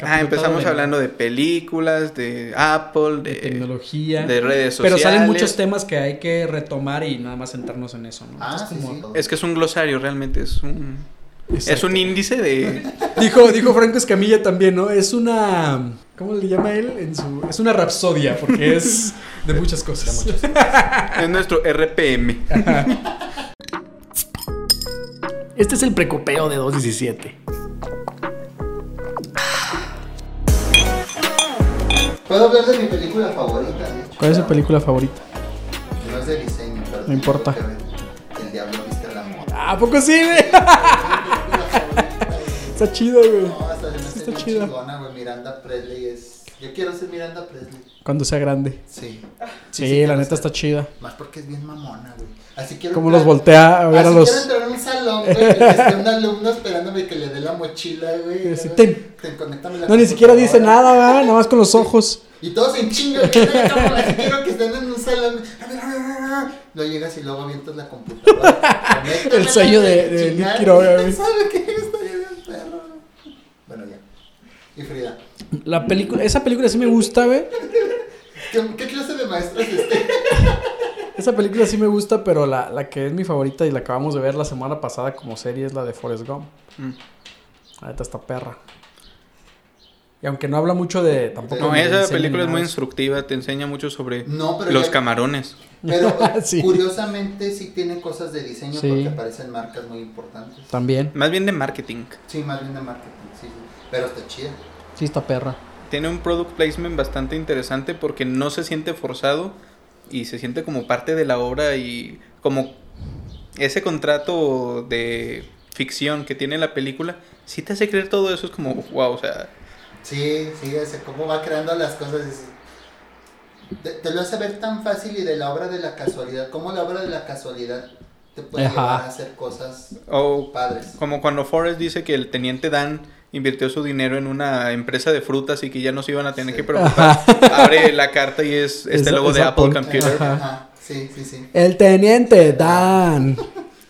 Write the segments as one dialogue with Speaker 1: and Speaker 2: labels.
Speaker 1: Ah, empezamos
Speaker 2: de-
Speaker 1: hablando de películas, de Apple, de,
Speaker 2: de tecnología.
Speaker 1: de redes
Speaker 2: pero
Speaker 1: sociales.
Speaker 2: salen muchos temas que hay que retomar y nada más centrarnos en eso, ¿no?
Speaker 3: Ah,
Speaker 2: Es
Speaker 3: sí,
Speaker 2: como-
Speaker 3: sí, todo.
Speaker 1: Es que es un glosario realmente, es un, es
Speaker 2: Exacto.
Speaker 1: un índice de...
Speaker 2: Dijo, dijo Franco Escamilla también, ¿no? Es una. ¿Cómo le llama él? En su, es una rapsodia, porque es de muchas cosas.
Speaker 1: es nuestro RPM.
Speaker 3: Este es el precopeo de 217. Puedo hablar de mi película favorita, de hecho.
Speaker 2: ¿Cuál es su película favorita?
Speaker 3: No es de diseño, pero.
Speaker 2: No importa.
Speaker 3: tiene que ver. El diablo viste a la moda.
Speaker 2: Ah, ¿A poco sí, güey? Está chido, güey.
Speaker 3: No, hasta se me hace
Speaker 2: Está
Speaker 3: bien
Speaker 2: chida.
Speaker 3: chingona, güey. Miranda Presley es. Yo quiero ser Miranda Presley.
Speaker 2: Cuando sea grande. Sí,
Speaker 3: Sí. sí,
Speaker 2: la
Speaker 3: quiero
Speaker 2: neta
Speaker 3: ser.
Speaker 2: está chida.
Speaker 3: Más porque es bien mamona, güey. Así quiero.
Speaker 2: Como
Speaker 3: entrar-
Speaker 2: los voltea a ver
Speaker 3: Así
Speaker 2: a los.
Speaker 3: quiero entrar en un salón, güey. Que esté un alumno esperándome que le dé la mochila, güey.
Speaker 2: Sí,
Speaker 3: ¿no?
Speaker 2: ten.
Speaker 3: Ten, conéctame la
Speaker 2: No, ni siquiera dice
Speaker 3: computadora.
Speaker 2: nada, ¿verdad? Nada más con los ojos.
Speaker 3: Y todos en chinga, que están en cámara, así quiero que estén en un salón. Lo llegas y luego avientas la computadora.
Speaker 2: El sueño de- de Liz
Speaker 3: Chingada,
Speaker 2: Quiroga, güey.
Speaker 3: ¿Sabe qué? Está bien el perro. Bueno, ya. Y Frida,
Speaker 2: La película, esa película sí me gusta, güey.
Speaker 3: ¿qué, qué clase de maestra es este?
Speaker 2: Esa película sí me gusta, pero la, la que es mi favorita y la acabamos de ver la semana pasada como serie es la de Forrest Gump.
Speaker 1: Mm.
Speaker 2: La neta está perra. Y aunque no habla mucho de tampoco.
Speaker 1: No,
Speaker 2: ni de
Speaker 1: esa
Speaker 2: diseño
Speaker 1: película
Speaker 2: ni
Speaker 1: es muy
Speaker 2: nada de
Speaker 1: instructiva, te enseña mucho sobre
Speaker 3: No, pero.
Speaker 1: los
Speaker 3: ya-
Speaker 1: camarones.
Speaker 3: Pero
Speaker 2: Ah, Sí.
Speaker 3: curiosamente sí tiene cosas de diseño
Speaker 2: Sí.
Speaker 3: porque aparecen marcas muy importantes.
Speaker 2: eso. También.
Speaker 1: Más bien de marketing.
Speaker 3: Sí, más bien de marketing, sí. sí. Pero está chida.
Speaker 2: Sí, está perra.
Speaker 1: Tiene un product placement bastante interesante porque no se siente forzado y se siente como parte de la obra y como ese contrato de ficción que tiene la película, si te hace creer todo eso es como, wow, o sea,
Speaker 3: Sí, sí, o sea, cómo va creando las cosas. es- Te, te lo hace ver tan fácil y de la obra de la casualidad. ¿Cómo la obra de la casualidad te puede
Speaker 2: Ajá.
Speaker 3: llevar a hacer cosas
Speaker 1: o
Speaker 3: padres?
Speaker 1: como cuando Forrest dice que el teniente Dan invirtió su dinero en una empresa de frutas y que ya no se iban a tener
Speaker 3: Sí.
Speaker 1: que preocupar, abre la carta y es este
Speaker 2: Es-
Speaker 1: logo
Speaker 2: es
Speaker 1: de Apple,
Speaker 2: Apple.
Speaker 1: Computer.
Speaker 2: Ajá.
Speaker 3: sí, sí, sí.
Speaker 2: El teniente Dan.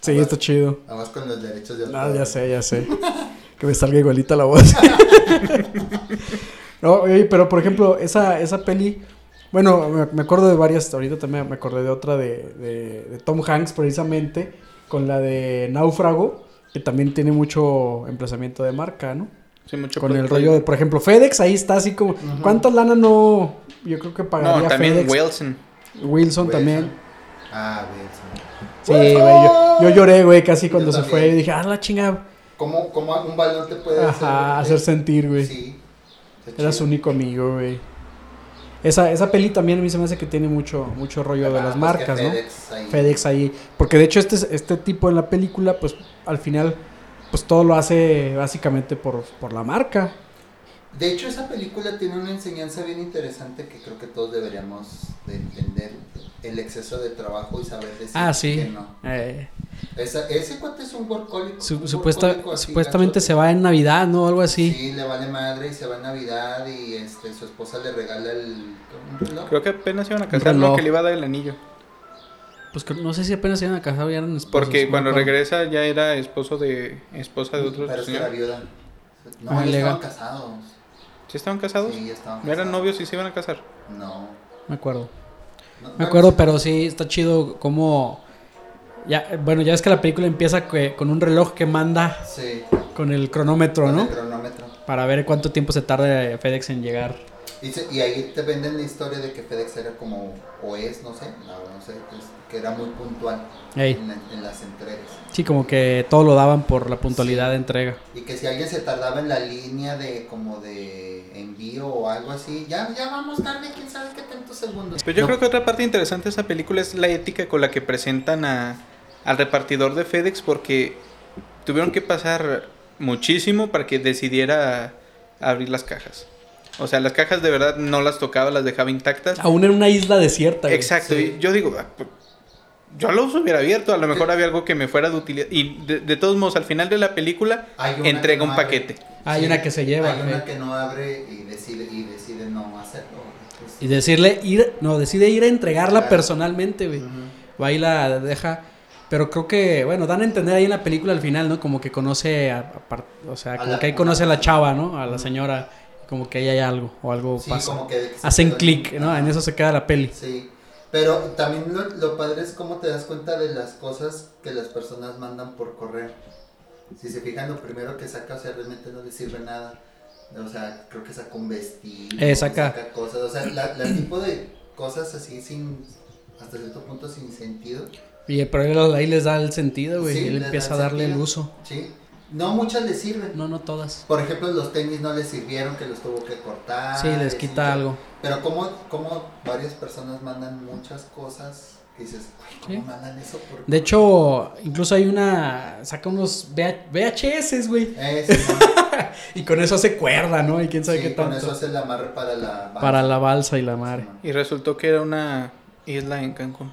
Speaker 2: Sí, está chido.
Speaker 3: Vamos con los derechos de
Speaker 2: Ah,
Speaker 3: autor.
Speaker 2: ya sé, ya sé. Que me salga igualita la voz. no, oye, pero por ejemplo, esa, esa peli. Bueno, me, me acuerdo de varias. Ahorita también me acordé de otra de, de- de Tom Hanks, precisamente. Con la de Náufrago. Que también tiene mucho emplazamiento de marca, ¿no?
Speaker 1: Sí, mucho
Speaker 2: con el
Speaker 1: product
Speaker 2: rollo de, por ejemplo, FedEx. Ahí está así como.
Speaker 3: Ujú.
Speaker 2: ¿Cuánta lana no.? Yo creo que
Speaker 1: placement.
Speaker 2: pagaría
Speaker 1: No, también
Speaker 2: FedEx.
Speaker 1: Wilson.
Speaker 2: Wilson también.
Speaker 3: Ah, Wilson.
Speaker 2: Sí, güey. Yo, yo lloré, güey, casi cuando se
Speaker 3: también.
Speaker 2: fue. Y dije, ah, la chingada.
Speaker 3: ¿Cómo, cómo un balón te puede
Speaker 2: Ajá, hacer sentir, güey.
Speaker 3: Sí. Está
Speaker 2: Era
Speaker 3: chido.
Speaker 2: su único amigo, güey. Esa, esa peli también a mí se me hace que tiene mucho, mucho rollo de las
Speaker 3: Ah, pues que
Speaker 2: marcas, ¿no?
Speaker 3: FedEx ahí.
Speaker 2: FedEx ahí. Porque de hecho este, este tipo en la película, pues al final, pues todo lo hace básicamente por, por la marca.
Speaker 3: De hecho, esa película tiene una enseñanza bien interesante que creo que todos deberíamos de entender. El exceso de trabajo y saber decir
Speaker 2: Ah,
Speaker 3: que no.
Speaker 2: Eh,
Speaker 3: Esa- ese cuate es un workaholic.
Speaker 2: su-
Speaker 3: un
Speaker 2: supuesta-
Speaker 3: workaholic así,
Speaker 2: supuestamente
Speaker 3: gacho.
Speaker 2: se va en Navidad, ¿no? Algo así.
Speaker 3: Sí, le vale madre y se va a Navidad y este, su esposa le regala el... ¿un reloj?
Speaker 1: Creo que apenas iban a casar, no,
Speaker 2: reloj.
Speaker 1: que le iba a dar el anillo.
Speaker 2: Pues que no sé si apenas se iban a casar o ya eran esposos,
Speaker 1: Porque
Speaker 2: no
Speaker 1: cuando
Speaker 2: me acuerdo.
Speaker 1: regresa ya era esposo de esposa de otro
Speaker 3: Pero es que era
Speaker 1: señor.
Speaker 3: viuda. No,
Speaker 2: Ah,
Speaker 3: ya
Speaker 2: lega.
Speaker 3: estaban casados.
Speaker 1: ¿Sí estaban casados?
Speaker 3: Sí, ya estaban
Speaker 1: ¿No eran
Speaker 3: casados.
Speaker 1: novios y se iban a casar?
Speaker 3: No.
Speaker 2: Me acuerdo.
Speaker 3: No,
Speaker 2: Me
Speaker 3: bueno,
Speaker 2: acuerdo, pero sí, está chido como... Ya, bueno, ya es que la película empieza que- con un reloj que manda
Speaker 3: Sí,
Speaker 2: Con el cronómetro,
Speaker 3: con el
Speaker 2: ¿no?
Speaker 3: cronómetro.
Speaker 2: Para ver cuánto tiempo se tarda FedEx en llegar.
Speaker 3: Y, se- y ahí te venden la historia de que FedEx era como, o es, no sé, no, no sé, es- que era muy puntual
Speaker 2: Ey.
Speaker 3: en, la- en las entregas.
Speaker 2: Sí, como que todo lo daban por la puntualidad de entrega.
Speaker 3: Y que si alguien se tardaba en la línea de como de envío o algo así, ya, ya vamos tarde, quién sabe qué tantos segundos.
Speaker 1: Pero yo
Speaker 3: No,
Speaker 1: creo que otra parte interesante de esta película es la ética con la que presentan a, al repartidor de FedEx porque tuvieron que pasar muchísimo para que decidiera abrir las cajas. O sea, las cajas de verdad no las tocaba, las dejaba intactas.
Speaker 2: Aún en una isla desierta. güey.
Speaker 1: Exacto,
Speaker 3: Ah, Sí.
Speaker 1: y yo digo, ah, pues, yo los hubiera abierto, a lo mejor había algo que me fuera de utilidad. Y de, de todos modos, al final de la película,
Speaker 3: hay una
Speaker 1: entrega
Speaker 3: que no
Speaker 1: un
Speaker 3: abre.
Speaker 1: paquete.
Speaker 2: Hay una que se lleva,
Speaker 3: Hay una
Speaker 2: eh.
Speaker 3: que no abre y decide, y decide no hacerlo. pues.
Speaker 2: Y decirle ir, no, decide ir a entregarla
Speaker 3: Claro.
Speaker 2: personalmente, güey.
Speaker 3: Ujú.
Speaker 2: Va y la deja. Pero creo que, bueno, dan a entender ahí en la película al final, ¿no? Como que conoce, a, a par- o sea,
Speaker 3: A
Speaker 2: como
Speaker 3: la-
Speaker 2: que ahí conoce a la chava, ¿no? A la señora. como que ahí hay algo o algo
Speaker 3: Sí,
Speaker 2: pasa.
Speaker 3: como que...
Speaker 2: Hacen clic, ¿no? En eso se queda la peli.
Speaker 3: Sí, pero también lo, lo padre es cómo te das cuenta de las cosas que las personas mandan por correo. Si se fijan, lo primero que saca, o sea, realmente no le sirve nada. O sea, creo que saca un vestido,
Speaker 2: Eh, saca-
Speaker 3: cosas, o sea, la, la tipo de cosas así sin, hasta cierto punto sin sentido.
Speaker 2: Y pero él ahí les da el sentido, güey.
Speaker 3: Sí,
Speaker 2: y él
Speaker 3: les da
Speaker 2: empieza a
Speaker 3: el
Speaker 2: darle el
Speaker 3: sentido.
Speaker 2: uso.
Speaker 3: Sí, no muchas le sirven.
Speaker 2: No, no todas.
Speaker 3: Por ejemplo, los tenis no les sirvieron, que los tuvo que cortar.
Speaker 2: Sí, les
Speaker 3: y
Speaker 2: quita
Speaker 3: así.
Speaker 2: algo.
Speaker 3: Pero como, como varias personas mandan muchas cosas, que dices, "Ay, ¿cómo
Speaker 2: Sí.
Speaker 3: mandan eso? por
Speaker 2: De hecho, incluso hay una. Saca unos VH VHS, güey.
Speaker 3: Eh, sí, bueno,
Speaker 2: Y con eso hace cuerda, ¿no? Y quién sabe
Speaker 3: sí,
Speaker 2: qué
Speaker 3: con
Speaker 2: tanto.
Speaker 3: eso hace el amarre para la banda.
Speaker 2: Para la balsa y la madre.
Speaker 3: Sí,
Speaker 1: Y resultó que era una isla en Cancún.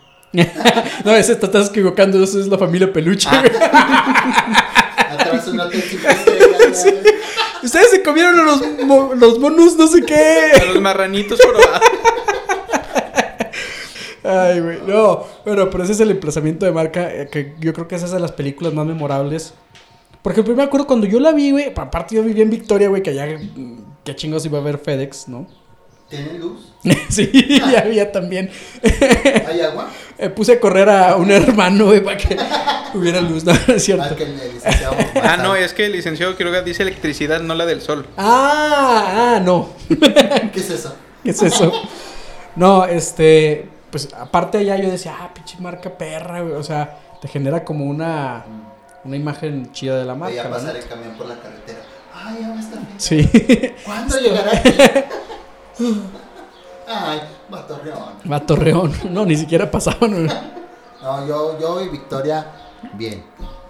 Speaker 2: no, ese te estás equivocando. Eso es la familia peluche,
Speaker 3: Ah.
Speaker 2: güey.
Speaker 3: Atrás un hotel cinco estrellas, ya ves.
Speaker 2: Ustedes se comieron los, mo- los bonus, no sé qué.
Speaker 1: A los marranitos probados.
Speaker 2: Ay, güey. No, bueno, pero ese es el emplazamiento de marca eh, que yo creo que esa es de las películas más memorables. Por ejemplo, me acuerdo cuando yo la vi, güey. pa- Aparte, yo vivía en Victoria, güey, que allá. mm, Qué chingos iba a haber FedEx, ¿no?
Speaker 3: ¿Tienen luz?
Speaker 2: sí, ya había también.
Speaker 3: ¿Hay agua?
Speaker 2: Eh, puse a correr a un hermano, güey, para que hubiera luz, ¿no? Es
Speaker 3: Ah,
Speaker 2: cierto.
Speaker 3: que el licenciado
Speaker 1: Ah,
Speaker 3: Bazán.
Speaker 1: no, es que el licenciado Quiroga dice electricidad, no la del sol.
Speaker 2: Ah, ah, no.
Speaker 3: ¿Qué es eso?
Speaker 2: ¿Qué es eso? No, este. Pues aparte allá yo decía, ah, pinche marca perra, güey. O sea, te genera como una. Una imagen chida de la marca.
Speaker 3: Veía
Speaker 2: ¿no?
Speaker 3: pasar el camión por la carretera. Ay, ya va a estar bien.
Speaker 2: Sí.
Speaker 3: ¿Cuándo llegará aquí? Ay, Batorreón.
Speaker 2: Va a Torreón. No, ni siquiera pasaban. güey.
Speaker 3: No, yo, yo y Victoria, bien.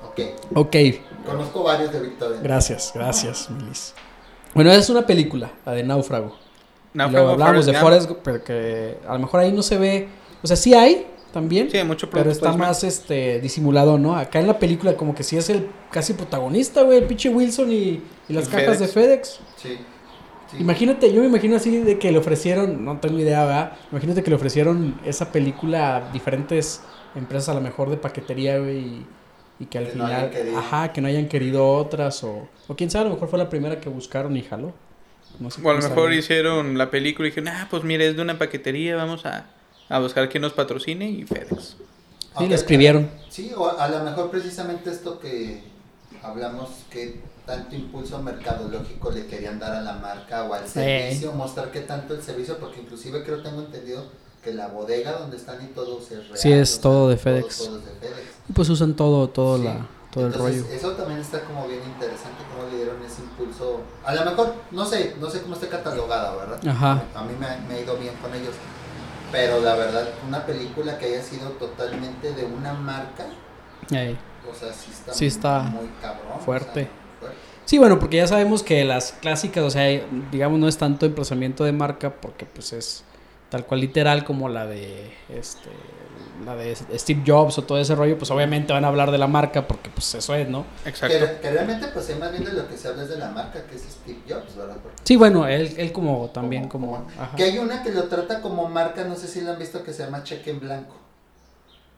Speaker 3: Ok.
Speaker 2: Ok,
Speaker 3: Conozco varios de Victoria.
Speaker 2: gracias, gracias, Milis. Bueno, esa es una película, la de Náufrago. Y
Speaker 1: Náufrago,
Speaker 2: luego hablábamos de Forrest
Speaker 1: Forrest
Speaker 2: Gump, pero que a lo mejor ahí no se ve. O sea, sí hay también.
Speaker 1: Gump. Sí, mucho
Speaker 2: pero
Speaker 1: producto
Speaker 2: está
Speaker 1: placement.
Speaker 2: más este disimulado, ¿no? Acá en la película, como que sí es el casi protagonista, güey, el pinche Wilson y, y las
Speaker 1: Y
Speaker 2: cajas de FedEx.
Speaker 3: Sí. sí.
Speaker 2: Imagínate, yo me imagino así de que le ofrecieron, no tengo idea, ¿verdad? Imagínate que le ofrecieron esa película a diferentes empresas, a lo mejor de paquetería, güey, y, y que al
Speaker 3: Que no hayan
Speaker 2: final,
Speaker 3: querido.
Speaker 2: ajá, que no hayan querido otras, o, o quién sabe, a lo mejor fue la primera que buscaron y jaló. No sé
Speaker 1: O a lo
Speaker 2: quién
Speaker 1: mejor
Speaker 2: sabe.
Speaker 1: hicieron la película y dijeron, ah, pues mira, es de una paquetería, vamos a, a buscar quien nos patrocine y FedEx.
Speaker 2: Sí,
Speaker 3: Ok,
Speaker 2: le escribieron.
Speaker 3: Sí, o a lo mejor precisamente esto que hablamos, que tanto impulso mercadológico le querían dar a la marca o al
Speaker 2: Sí.
Speaker 3: servicio, mostrar que tanto el servicio, porque inclusive creo tengo entendido que la bodega donde están y todo es real.
Speaker 2: Sí, es
Speaker 3: o sea,
Speaker 2: todo de FedEx.
Speaker 3: Todo, todo es de FedEx.
Speaker 2: Y pues usan todo, todo,
Speaker 3: Sí.
Speaker 2: la, todo el
Speaker 3: Entonces,
Speaker 2: rollo.
Speaker 3: Eso también está como bien interesante, cómo le dieron ese impulso. A lo mejor, no sé, no sé cómo está catalogada, ¿verdad?
Speaker 2: Ajá.
Speaker 3: A mí me, ha- me ha ido bien con ellos. Pero la verdad, una película que haya sido totalmente de una marca, eh,
Speaker 2: Ey.
Speaker 3: o sea, sí está,
Speaker 2: Sí está
Speaker 3: muy cabrón.
Speaker 2: fuerte.
Speaker 3: o sea, fuerte.
Speaker 2: Sí, bueno, porque ya sabemos que las clásicas, o sea, digamos, no es tanto emplazamiento de marca, porque pues es tal cual literal como la de este la de Steve Jobs o todo ese rollo, pues obviamente van a hablar de la marca porque pues eso es, ¿no?
Speaker 1: Exacto.
Speaker 3: Que, que realmente, pues ahí más bien de lo que se habla es de la marca, que es Steve Jobs, ¿verdad? Porque-
Speaker 2: Sí, bueno, él, él como también como, ajá.
Speaker 3: Que hay una que lo trata como marca, no sé si la han visto, que se llama Cheque en Blanco.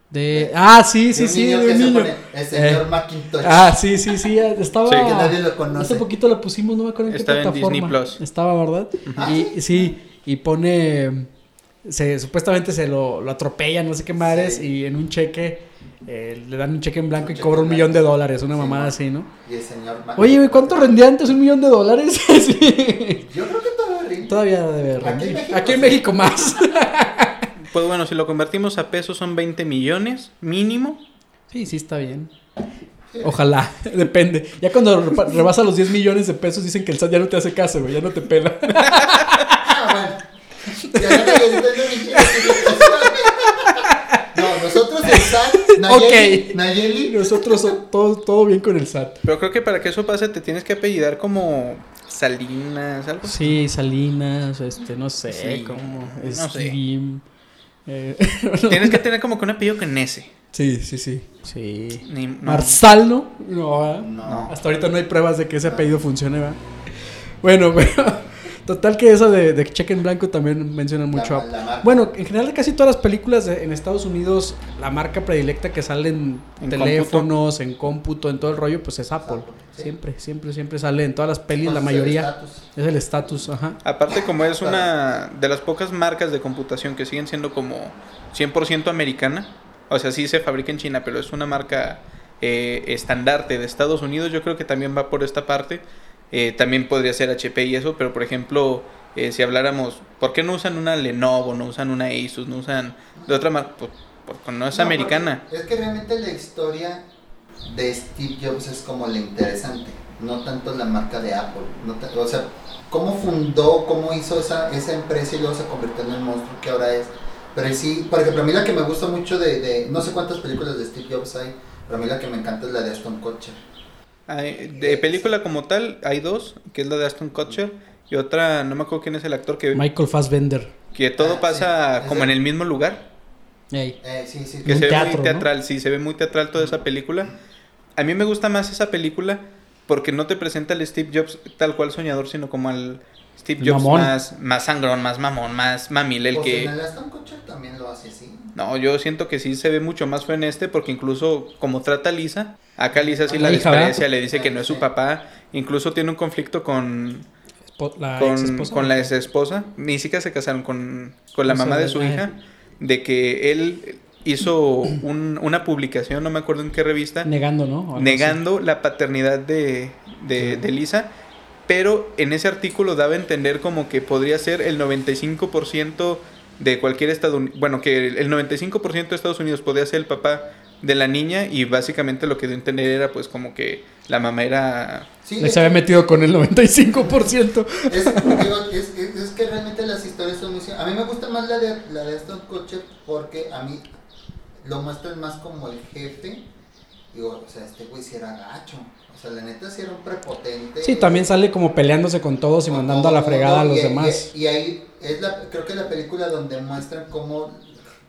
Speaker 2: de ah, sí, sí,
Speaker 3: De un
Speaker 2: sí,
Speaker 3: niño
Speaker 2: de
Speaker 3: que
Speaker 2: un
Speaker 3: se
Speaker 2: niño.
Speaker 3: pone este, el señor
Speaker 2: Eh.
Speaker 3: Macintosh.
Speaker 2: Ah, sí, sí, sí, ya estaba
Speaker 1: Sí,
Speaker 3: que nadie lo conoce.
Speaker 2: Hace poquito la pusimos, no me acuerdo en
Speaker 1: Estaba
Speaker 2: qué
Speaker 1: en
Speaker 2: plataforma.
Speaker 1: Disney Plus.
Speaker 2: Estaba, ¿verdad?
Speaker 3: Ah,
Speaker 2: y sí, y pone se supuestamente se lo, lo atropella, no sé qué madres,
Speaker 3: Sí.
Speaker 2: y en un cheque eh, le dan un cheque en blanco
Speaker 3: Un
Speaker 2: y
Speaker 3: cheque
Speaker 2: cobra un
Speaker 3: en
Speaker 2: millón de
Speaker 3: blanco.
Speaker 2: dólares, una
Speaker 3: Sí, Ah,
Speaker 2: mamada
Speaker 3: ¿no?
Speaker 2: así, ¿no?
Speaker 3: Y el señor Mac-
Speaker 2: Oye, güey, ¿cuánto rendía antes un millón de dólares? Sí.
Speaker 3: Yo creo que todavía rinde.
Speaker 2: Todavía debe
Speaker 3: Aquí en
Speaker 2: rendir.
Speaker 3: México,
Speaker 2: Aquí en
Speaker 3: sí.
Speaker 2: México más.
Speaker 1: Pues bueno, si lo convertimos a pesos son 20 millones mínimo.
Speaker 2: Sí, sí está bien. Ojalá, depende. Ya cuando repa- rebasa los 10 millones de pesos dicen que el SAT ya no te hace caso, güey, ya no te pela.
Speaker 3: Ah, bueno. Ya no te necesito ni que- No, nosotros el SAT, Nayeli,
Speaker 2: Ok. Y
Speaker 3: Nayeli,
Speaker 2: nosotros so- todo, todo bien con el SAT.
Speaker 1: Pero creo que para que eso pase te tienes que apellidar como Salinas, algo así.
Speaker 2: Sí, Salinas, este, no sé,
Speaker 1: Sí,
Speaker 2: como
Speaker 1: no sé.
Speaker 2: Slim, eh,
Speaker 1: Tienes que tener como que un apellido con S.
Speaker 2: sí, sí, sí. Sí.
Speaker 1: Ni- no.
Speaker 2: Marsal, ¿no? No, ¿verdad?
Speaker 3: No.
Speaker 2: Hasta ahorita no hay pruebas de que ese apellido funcione, ¿verdad? Bueno, pero Total que esa de, de Cheque en Blanco también mencionan
Speaker 3: La-
Speaker 2: mucho a
Speaker 3: la marca.
Speaker 2: Bueno, en general de casi todas las películas de- en Estados Unidos, la marca predilecta que sale en,
Speaker 1: En
Speaker 2: teléfonos, en cómputo, en todo el rollo, pues es Apple.
Speaker 3: Apple, sí.
Speaker 2: Siempre, siempre, siempre sale en todas las pelis,
Speaker 3: Pues
Speaker 2: la
Speaker 3: es el
Speaker 2: mayoría.
Speaker 3: estatus.
Speaker 2: Es el estatus, ajá.
Speaker 1: Aparte, como es una de las pocas marcas de computación que siguen siendo como 100% americana, o sea, sí se fabrica en China, pero es una marca eh, estandarte de Estados Unidos, yo creo que también va por esta parte. Eh, también podría ser HP y eso, pero por ejemplo, eh, si habláramos, ¿por qué no usan una Lenovo, no usan una Asus, no usan de otra marca? Pues, porque no es
Speaker 3: No,
Speaker 1: americana.
Speaker 3: porque Es que realmente la historia de Steve Jobs es como la interesante, no tanto la marca de Apple. no ta- o sea, cómo fundó, cómo hizo esa, esa empresa y luego se convirtió en el monstruo que ahora es. Pero en sí, por ejemplo, a mí la que me gusta mucho de, de- no sé cuántas películas de Steve Jobs hay, pero a mí la que me encanta es la de Aston Kutcher.
Speaker 1: Hay- de película como tal, hay dos, que es la de Aston Kutcher y otra, no me acuerdo quién es el actor que,
Speaker 2: Michael Fassbender.
Speaker 1: que todo
Speaker 3: Ah,
Speaker 1: pasa
Speaker 3: sí.
Speaker 1: como en el mismo lugar.
Speaker 2: Ey.
Speaker 3: Eh, sí, sí.
Speaker 1: que
Speaker 2: Un
Speaker 1: se ve
Speaker 2: teatro,
Speaker 1: muy
Speaker 2: ¿no?
Speaker 1: teatral, sí, se ve muy teatral toda esa película. A mí me gusta más esa película porque no te presenta al Steve Jobs tal cual soñador, sino como al Steve
Speaker 2: El
Speaker 1: Jobs
Speaker 2: mamón.
Speaker 1: más, más sangrón, más mamón, más mamil, el
Speaker 3: Pues
Speaker 1: que...
Speaker 3: en el Aston Kutcher también lo hace así.
Speaker 1: No, yo siento que sí se ve mucho más fue en este porque incluso como trata a Lisa, acá Lisa sí la
Speaker 2: Ah, La hija, ¿verdad?
Speaker 1: desprecia, le dice que no es su
Speaker 3: Sí.
Speaker 1: papá, incluso tiene un conflicto con,
Speaker 2: Espo- la
Speaker 1: con,
Speaker 2: exesposa.
Speaker 1: con la ex esposa, ni siquiera se casaron con, con la
Speaker 2: O
Speaker 1: mamá
Speaker 2: sea,
Speaker 1: de su
Speaker 2: la-
Speaker 1: hija, de que él hizo un- una publicación, no me acuerdo en qué revista,
Speaker 2: Negando, ¿no? O algo así.
Speaker 1: negando la paternidad de, de- de Lisa, pero en ese artículo daba a entender como que podría ser el 95% de cualquier estadounidense, bueno, que el 95% de Estados Unidos podía ser el papá de la niña y básicamente lo que dio a entender era pues como que la mamá era...
Speaker 3: Sí, de
Speaker 2: Les había metido con el 95%.
Speaker 3: Es, digo, es- es- es que realmente las historias son muy... sim- A mí me gusta más la de, la de Aston Kutcher porque a mí lo muestran más como el jefe. Digo, o sea, este güey si era gacho. O sea, la neta si era un prepotente.
Speaker 2: Sí, también sale como peleándose con todos y
Speaker 3: Con
Speaker 2: mandando
Speaker 3: todo
Speaker 2: a la
Speaker 3: mundo,
Speaker 2: fregada a los
Speaker 3: y-
Speaker 2: demás.
Speaker 3: Y, y ahí es la, creo que es la película donde muestran cómo,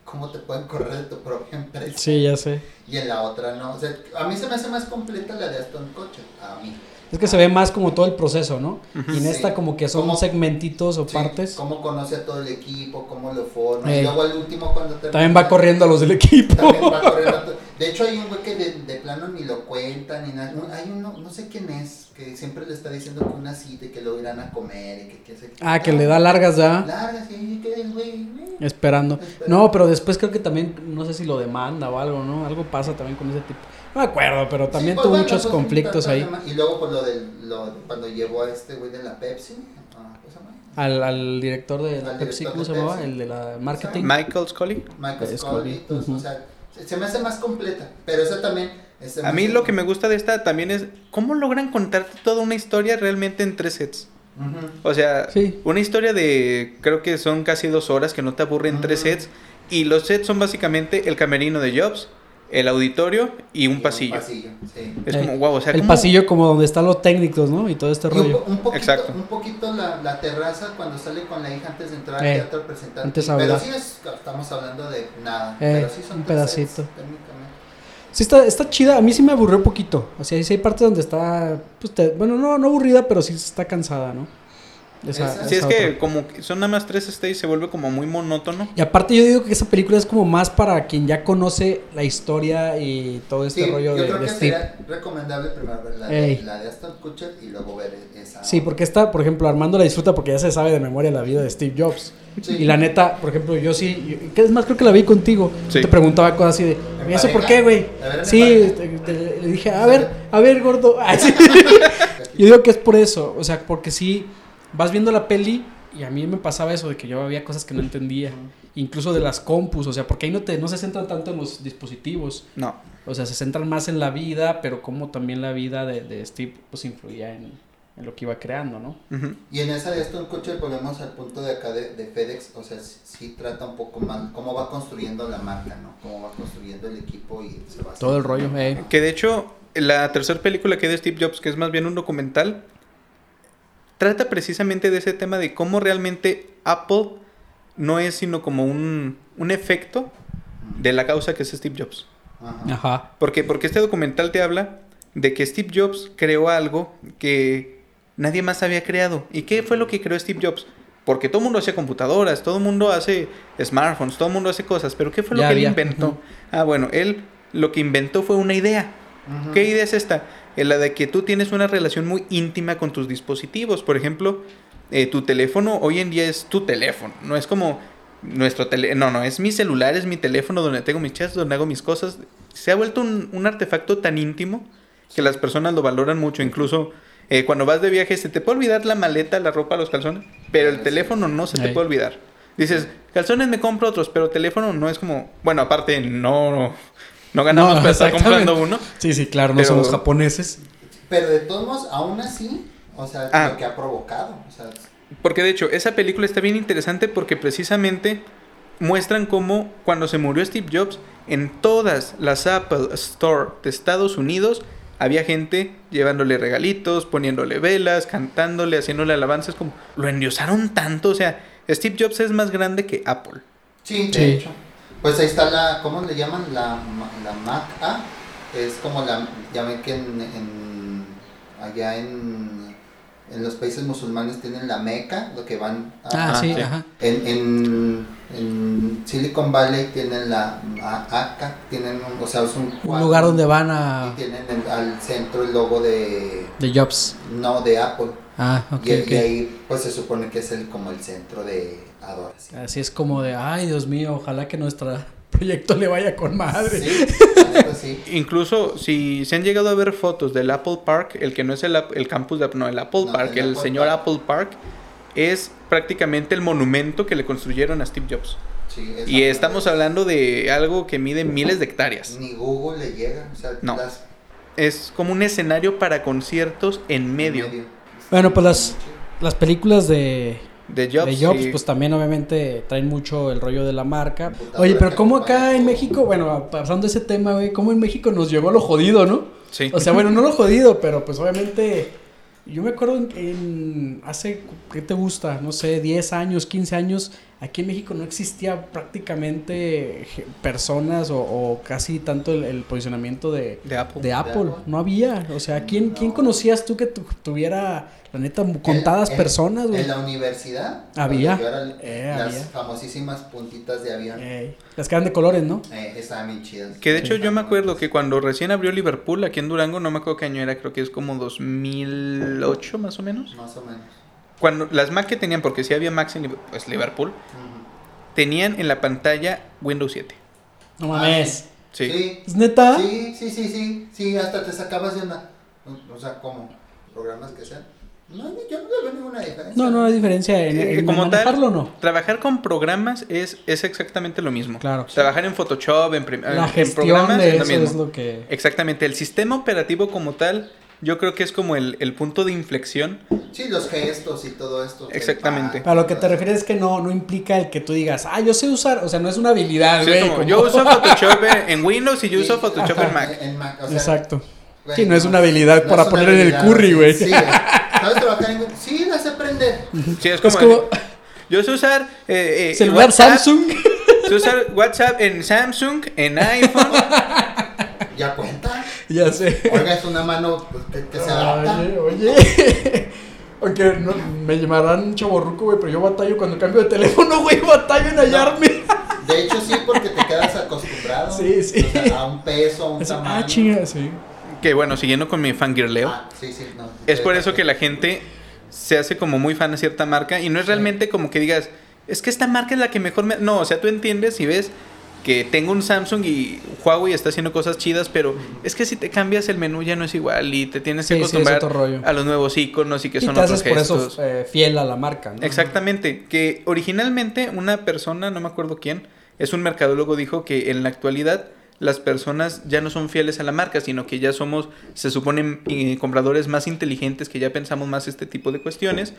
Speaker 3: cómo te pueden correr de tu propia empresa.
Speaker 2: Sí, ya sé.
Speaker 3: Y en la otra no. O sea, a mí se me hace más completa la de Aston Kutcher. A mí.
Speaker 2: Es que se ve más como todo el proceso, ¿no? Y en
Speaker 3: Sí.
Speaker 2: esta como que son
Speaker 3: Como-
Speaker 2: segmentitos o
Speaker 3: Sí,
Speaker 2: partes.
Speaker 3: Cómo conoce a todo el equipo, cómo lo forma.
Speaker 2: Ey.
Speaker 3: Y luego al último cuando termina-
Speaker 2: También va corriendo a los del equipo.
Speaker 3: También va corriendo a to- De hecho, hay un güey que de, de plano ni lo cuenta ni nada. Un- Hay uno, no sé quién es, que siempre le está diciendo que una cita y que lo irán a comer y que qué sé qué.
Speaker 2: Ah, que le da largas ya.
Speaker 3: Larga, sí, que el güey. güey.
Speaker 2: Esperando. No, pero después creo que también, no sé si lo demanda o algo, ¿no? Algo pasa también con ese tipo. No me acuerdo, pero también
Speaker 3: Sí, pues,
Speaker 2: tuvo
Speaker 3: bueno,
Speaker 2: muchos
Speaker 3: pues,
Speaker 2: conflictos
Speaker 3: tanto
Speaker 2: ahí.
Speaker 3: tema. Y luego, pues lo del. Lo, cuando llevó a este güey de la Pepsi. ah, ¿cómo se llama?
Speaker 2: Al, al director de la
Speaker 3: Al
Speaker 2: Pepsi,
Speaker 3: director
Speaker 2: ¿cómo
Speaker 3: de
Speaker 2: se llamaba?
Speaker 3: Pepsi.
Speaker 2: El de la marketing.
Speaker 1: Michael Scully.
Speaker 3: Michael
Speaker 2: Es
Speaker 3: Scully.
Speaker 2: Scully,
Speaker 3: entonces,
Speaker 2: ujú.
Speaker 3: O sea, se, se me hace más completa. Pero esa también. se me
Speaker 1: A mí
Speaker 3: hace-
Speaker 1: lo que me gusta de esta también es cómo logran contarte toda una historia realmente en tres sets.
Speaker 3: Ujú.
Speaker 1: O sea,
Speaker 2: Sí.
Speaker 1: una historia de creo que son casi dos horas que no te aburren tres
Speaker 3: Ujú.
Speaker 1: sets. Y los sets son básicamente el camerino de Jobs, el auditorio y un pasillo.
Speaker 3: Un pasillo, sí.
Speaker 1: Es
Speaker 2: Eh,
Speaker 1: como, wow, o sea,
Speaker 2: el
Speaker 1: ¿cómo-
Speaker 2: pasillo como donde están los técnicos, ¿no? Y todo este
Speaker 3: Y un, po-
Speaker 2: rollo.
Speaker 3: un poquito,
Speaker 1: Exacto.
Speaker 3: un poquito la, la terraza cuando sale con la hija antes de entrar al
Speaker 2: Eh,
Speaker 3: teatro a presentar.
Speaker 2: antes a
Speaker 3: pero
Speaker 2: hablar.
Speaker 3: sí es- estamos hablando de nada.
Speaker 2: Eh,
Speaker 3: pero sí son
Speaker 2: un
Speaker 3: tres
Speaker 2: pedacito.
Speaker 3: sets, técnicamente.
Speaker 2: Sí, está, está chida. A mí sí me aburrió un poquito. O sea, sí hay partes donde está. Pues, te- bueno, no, no aburrida, pero sí está cansada, ¿no?
Speaker 3: Esa-
Speaker 1: Sí, es que
Speaker 2: otra.
Speaker 1: como que son nada más tres sets y se vuelve como muy monótono.
Speaker 2: Y aparte, yo digo que esa película es como más para quien ya conoce la historia y todo este
Speaker 3: Sí,
Speaker 2: rollo
Speaker 3: yo
Speaker 2: de,
Speaker 3: creo
Speaker 2: de
Speaker 3: que
Speaker 2: Steve.
Speaker 3: sería recomendable primero ver la,
Speaker 2: Ey.
Speaker 3: de- la de Aston Kutcher y luego ver esa.
Speaker 2: Sí, porque esta, por ejemplo, Armando la disfruta porque ya se sabe de memoria la vida de Steve Jobs.
Speaker 3: Sí.
Speaker 2: Y la neta, por ejemplo, yo sí, yo- que es más, creo que la vi contigo.
Speaker 1: Sí.
Speaker 2: Te preguntaba cosas así de, ¿y eso
Speaker 3: pareja?
Speaker 2: por qué, güey?
Speaker 3: A ver, en
Speaker 2: Sí,
Speaker 3: pareja.
Speaker 2: te- te- le dije, a ver, a ver, gordo. Ay, sí. Yo digo que es por eso, o sea, porque sí, vas viendo la peli y a mí me pasaba eso de que yo había cosas que no entendía, incluso de las compus, o sea, porque ahí no, te, no se centran tanto en los dispositivos,
Speaker 1: No.
Speaker 2: o sea, se centran más en la vida, pero como también la vida de, de Steve pues influía en, en lo que iba creando, ¿no?
Speaker 1: Ujú.
Speaker 3: Y en esa de Aston Kutcher volvemos al punto de acá de, de FedEx, o sea, sí, sí trata un poco más cómo va construyendo la marca, ¿no? Cómo va construyendo el equipo y se va
Speaker 2: Todo el
Speaker 3: haciendo.
Speaker 2: rollo, eh.
Speaker 1: Que de hecho, la tercera película que hay de Steve Jobs, que es más bien un documental, trata precisamente de ese tema de cómo realmente Apple no es sino como un, un efecto de la causa que es Steve Jobs.
Speaker 3: Ajá.
Speaker 2: Ajá.
Speaker 1: ¿Por qué? Porque este documental te habla de que Steve Jobs creó algo que nadie más había creado. ¿Y qué fue lo que creó Steve Jobs? Porque todo el mundo hace computadoras, todo el mundo hace smartphones, todo el mundo hace cosas, pero ¿qué fue lo
Speaker 2: Ya
Speaker 1: que
Speaker 2: había,
Speaker 1: él inventó? Ah, bueno, él lo que inventó fue una idea.
Speaker 3: Ujú.
Speaker 1: ¿Qué idea es esta? Eh, La de que tú tienes una relación muy íntima con tus dispositivos. Por ejemplo, eh, tu teléfono hoy en día es tu teléfono. No es como nuestro teléfono. No, no, es mi celular, es mi teléfono donde tengo mis chats, donde hago mis cosas. Se ha vuelto un, un artefacto tan íntimo que las personas lo valoran mucho. Incluso eh, cuando vas de viaje se te puede olvidar la maleta, la ropa, los calzones, pero el teléfono no se te
Speaker 2: Ey.
Speaker 1: puede olvidar. Dices, calzones me compro otros, pero teléfono no es como... Bueno, aparte no... No ganamos
Speaker 4: No,
Speaker 1: para estar
Speaker 4: exactamente.
Speaker 1: comprando uno.
Speaker 4: Sí, sí, claro, no
Speaker 1: Pero-
Speaker 4: somos japoneses.
Speaker 3: Pero de todos modos, aún así, o sea,
Speaker 1: Ah.
Speaker 3: lo que ha provocado. O sea,
Speaker 1: Porque de hecho, esa película está bien interesante porque precisamente muestran cómo cuando se murió Steve Jobs, en todas las Apple Store de Estados Unidos había gente llevándole regalitos, poniéndole velas, cantándole, haciéndole alabanzas, como lo endiosaron tanto, o sea, Steve Jobs es más grande que Apple.
Speaker 3: sí, de
Speaker 4: Sí.
Speaker 3: hecho. Pues ahí está la, ¿cómo le llaman? La, ma- la Mac A. Es como la, ya ven que en, en- allá en, en los países musulmanes tienen la Meca, lo que van a...
Speaker 2: Ah, sí,
Speaker 1: sí.
Speaker 2: ajá.
Speaker 3: En, en, en Silicon Valley tienen la ACA, tienen un, o sea, es un,
Speaker 2: Un lugar donde van a...
Speaker 3: Y tienen el- al centro el logo de,
Speaker 2: De Jobs.
Speaker 3: no, de Apple.
Speaker 2: Ah, ok,
Speaker 3: Y- y,
Speaker 2: ok.
Speaker 3: ahí pues se supone que es el como el centro de adoración.
Speaker 2: Así es como de, ay, Dios mío, ojalá que nuestro proyecto le vaya con madre.
Speaker 3: Sí, la neta sí.
Speaker 1: Incluso si se han llegado a ver fotos del Apple Park, el que no es el, ap- el campus de Apple, no, el Apple
Speaker 3: No,
Speaker 1: Park,
Speaker 3: el
Speaker 1: el,
Speaker 3: Apple
Speaker 1: señor
Speaker 3: Park.
Speaker 1: Apple Park, es prácticamente el monumento que le construyeron a Steve Jobs.
Speaker 3: sí, esa
Speaker 1: Y
Speaker 3: madre.
Speaker 1: estamos hablando de algo que mide miles de hectáreas.
Speaker 3: Ni Google le llega, o sea,
Speaker 1: No.
Speaker 3: las-
Speaker 1: Es como un escenario para conciertos en medio
Speaker 2: Bueno, pues las, las películas de,
Speaker 1: de Jobs.
Speaker 2: de Jobs,
Speaker 1: y-
Speaker 2: pues también obviamente traen mucho el rollo de la marca.
Speaker 3: Computadora
Speaker 2: Oye, pero
Speaker 3: que
Speaker 2: ¿cómo
Speaker 3: acompaña
Speaker 2: acá en
Speaker 3: todo.
Speaker 2: México, bueno, pasando ese tema, güey, cómo en México nos llegó lo jodido, ¿no?
Speaker 1: sí.
Speaker 2: O sea, bueno, no lo jodido, pero pues obviamente. Yo me acuerdo en, en- hace, ¿qué te gusta? No sé, 10 años, 15 años, aquí en México no existía prácticamente je- personas o, o casi tanto el, el posicionamiento de,
Speaker 1: de Apple.
Speaker 2: de Apple.
Speaker 3: Apple.
Speaker 2: No había. O sea, ¿quién,
Speaker 3: No.
Speaker 2: ¿quién conocías tú que tu- tuviera, la neta, contadas
Speaker 3: En- en-
Speaker 2: personas, güey?
Speaker 3: En la universidad
Speaker 2: Había.
Speaker 3: donde yo era el-
Speaker 2: Eh,
Speaker 3: las
Speaker 2: había.
Speaker 3: famosísimas puntitas de avión. Eh.
Speaker 2: Ey, las que eran de colores, ¿no?
Speaker 3: estaban bien chidas.
Speaker 1: Que de hecho yo me acuerdo que cuando recién abrió Liverpool, aquí en Durango, no me acuerdo qué año era, creo que es como 2008 más o menos.
Speaker 3: Más o menos.
Speaker 1: Cuando las Mac que tenían, porque si había Macs en Liber- pues, Liverpool,
Speaker 3: Ujú.
Speaker 1: tenían en la pantalla Windows 7.
Speaker 2: No mames.
Speaker 1: Sí.
Speaker 3: Sí.
Speaker 2: ¿Es neta?
Speaker 3: Sí, sí, sí, sí, sí, hasta te sacabas de una. O sea, como programas que sean. No, no, yo no le veo ninguna diferencia.
Speaker 2: No, no hay diferencia en,
Speaker 1: Eh,
Speaker 2: en
Speaker 1: como tal-
Speaker 2: manejarlo o no.
Speaker 1: Trabajar con programas es, es exactamente lo mismo.
Speaker 2: Claro.
Speaker 1: Trabajar en Photoshop, en, prim-
Speaker 2: La
Speaker 1: eh, en
Speaker 2: gestión
Speaker 1: programas
Speaker 2: de
Speaker 1: es lo
Speaker 2: eso
Speaker 1: mismo.
Speaker 2: es lo que...
Speaker 1: Exactamente, el sistema operativo como tal, yo creo que es como el, el punto de inflexión.
Speaker 3: Sí, los gestos y todo esto.
Speaker 1: Exactamente.
Speaker 2: A lo que te refieres es que no, no implica el que tú digas, ah, yo sé usar, o sea, no es una habilidad,
Speaker 1: Sí,
Speaker 2: güey.
Speaker 1: es como,
Speaker 2: como-
Speaker 1: yo uso Photoshop en- en Windows y yo uso
Speaker 3: Sí,
Speaker 1: Photoshop en Mac.
Speaker 3: En Mac, o sea,
Speaker 2: Exacto.
Speaker 3: güey,
Speaker 2: Sí, no es una habilidad
Speaker 3: no
Speaker 2: para
Speaker 3: es una
Speaker 2: poner en el
Speaker 3: habilidad,
Speaker 2: curry, güey.
Speaker 3: Sí, ¿Sabes trabajar en Windows? Sí, la sé aprender.
Speaker 1: Sí,
Speaker 2: Es
Speaker 1: es como,
Speaker 2: como
Speaker 1: yo sé usar eh, eh,
Speaker 2: celular
Speaker 1: WhatsApp,
Speaker 2: Samsung.
Speaker 1: sé usar WhatsApp en Samsung, en iPhone.
Speaker 3: Ya cuenta.
Speaker 2: ya sé.
Speaker 3: Oiga, es una mano pues, que, que se adapta.
Speaker 2: Oye, oye. Aunque no, me llamarán chaborruco, güey, pero yo batallo cuando cambio de teléfono, güey, batallo en hallarme.
Speaker 3: De hecho, sí, porque te quedas acostumbrado.
Speaker 2: Sí, sí.
Speaker 3: o sea, a un peso, a un
Speaker 2: Así,
Speaker 3: tamaño.
Speaker 2: ah, chinga, sí.
Speaker 1: que bueno, siguiendo con mi fangirleo.
Speaker 3: Ah, sí, sí, no.
Speaker 1: Es por eso que la gente se hace como muy fan de cierta marca y no es realmente como que digas, es que esta marca es la que mejor me... No, o sea, tú entiendes y ves que tengo un Samsung y Huawei está haciendo cosas chidas, pero es que si te cambias el menú ya no es igual y te tienes que
Speaker 2: Sí, sí, es
Speaker 1: acostumbrar
Speaker 2: otro rollo.
Speaker 1: a los nuevos iconos y que
Speaker 2: Y
Speaker 1: son
Speaker 2: te haces
Speaker 1: otros
Speaker 2: por
Speaker 1: gestos.
Speaker 2: eso eh, fiel a la marca, ¿no?
Speaker 1: Exactamente, que originalmente una persona, no me acuerdo quién, es un mercadólogo, dijo que en la actualidad las personas ya no son fieles a la marca, sino que ya somos, se suponen, eh, compradores más inteligentes, que ya pensamos más este tipo de cuestiones.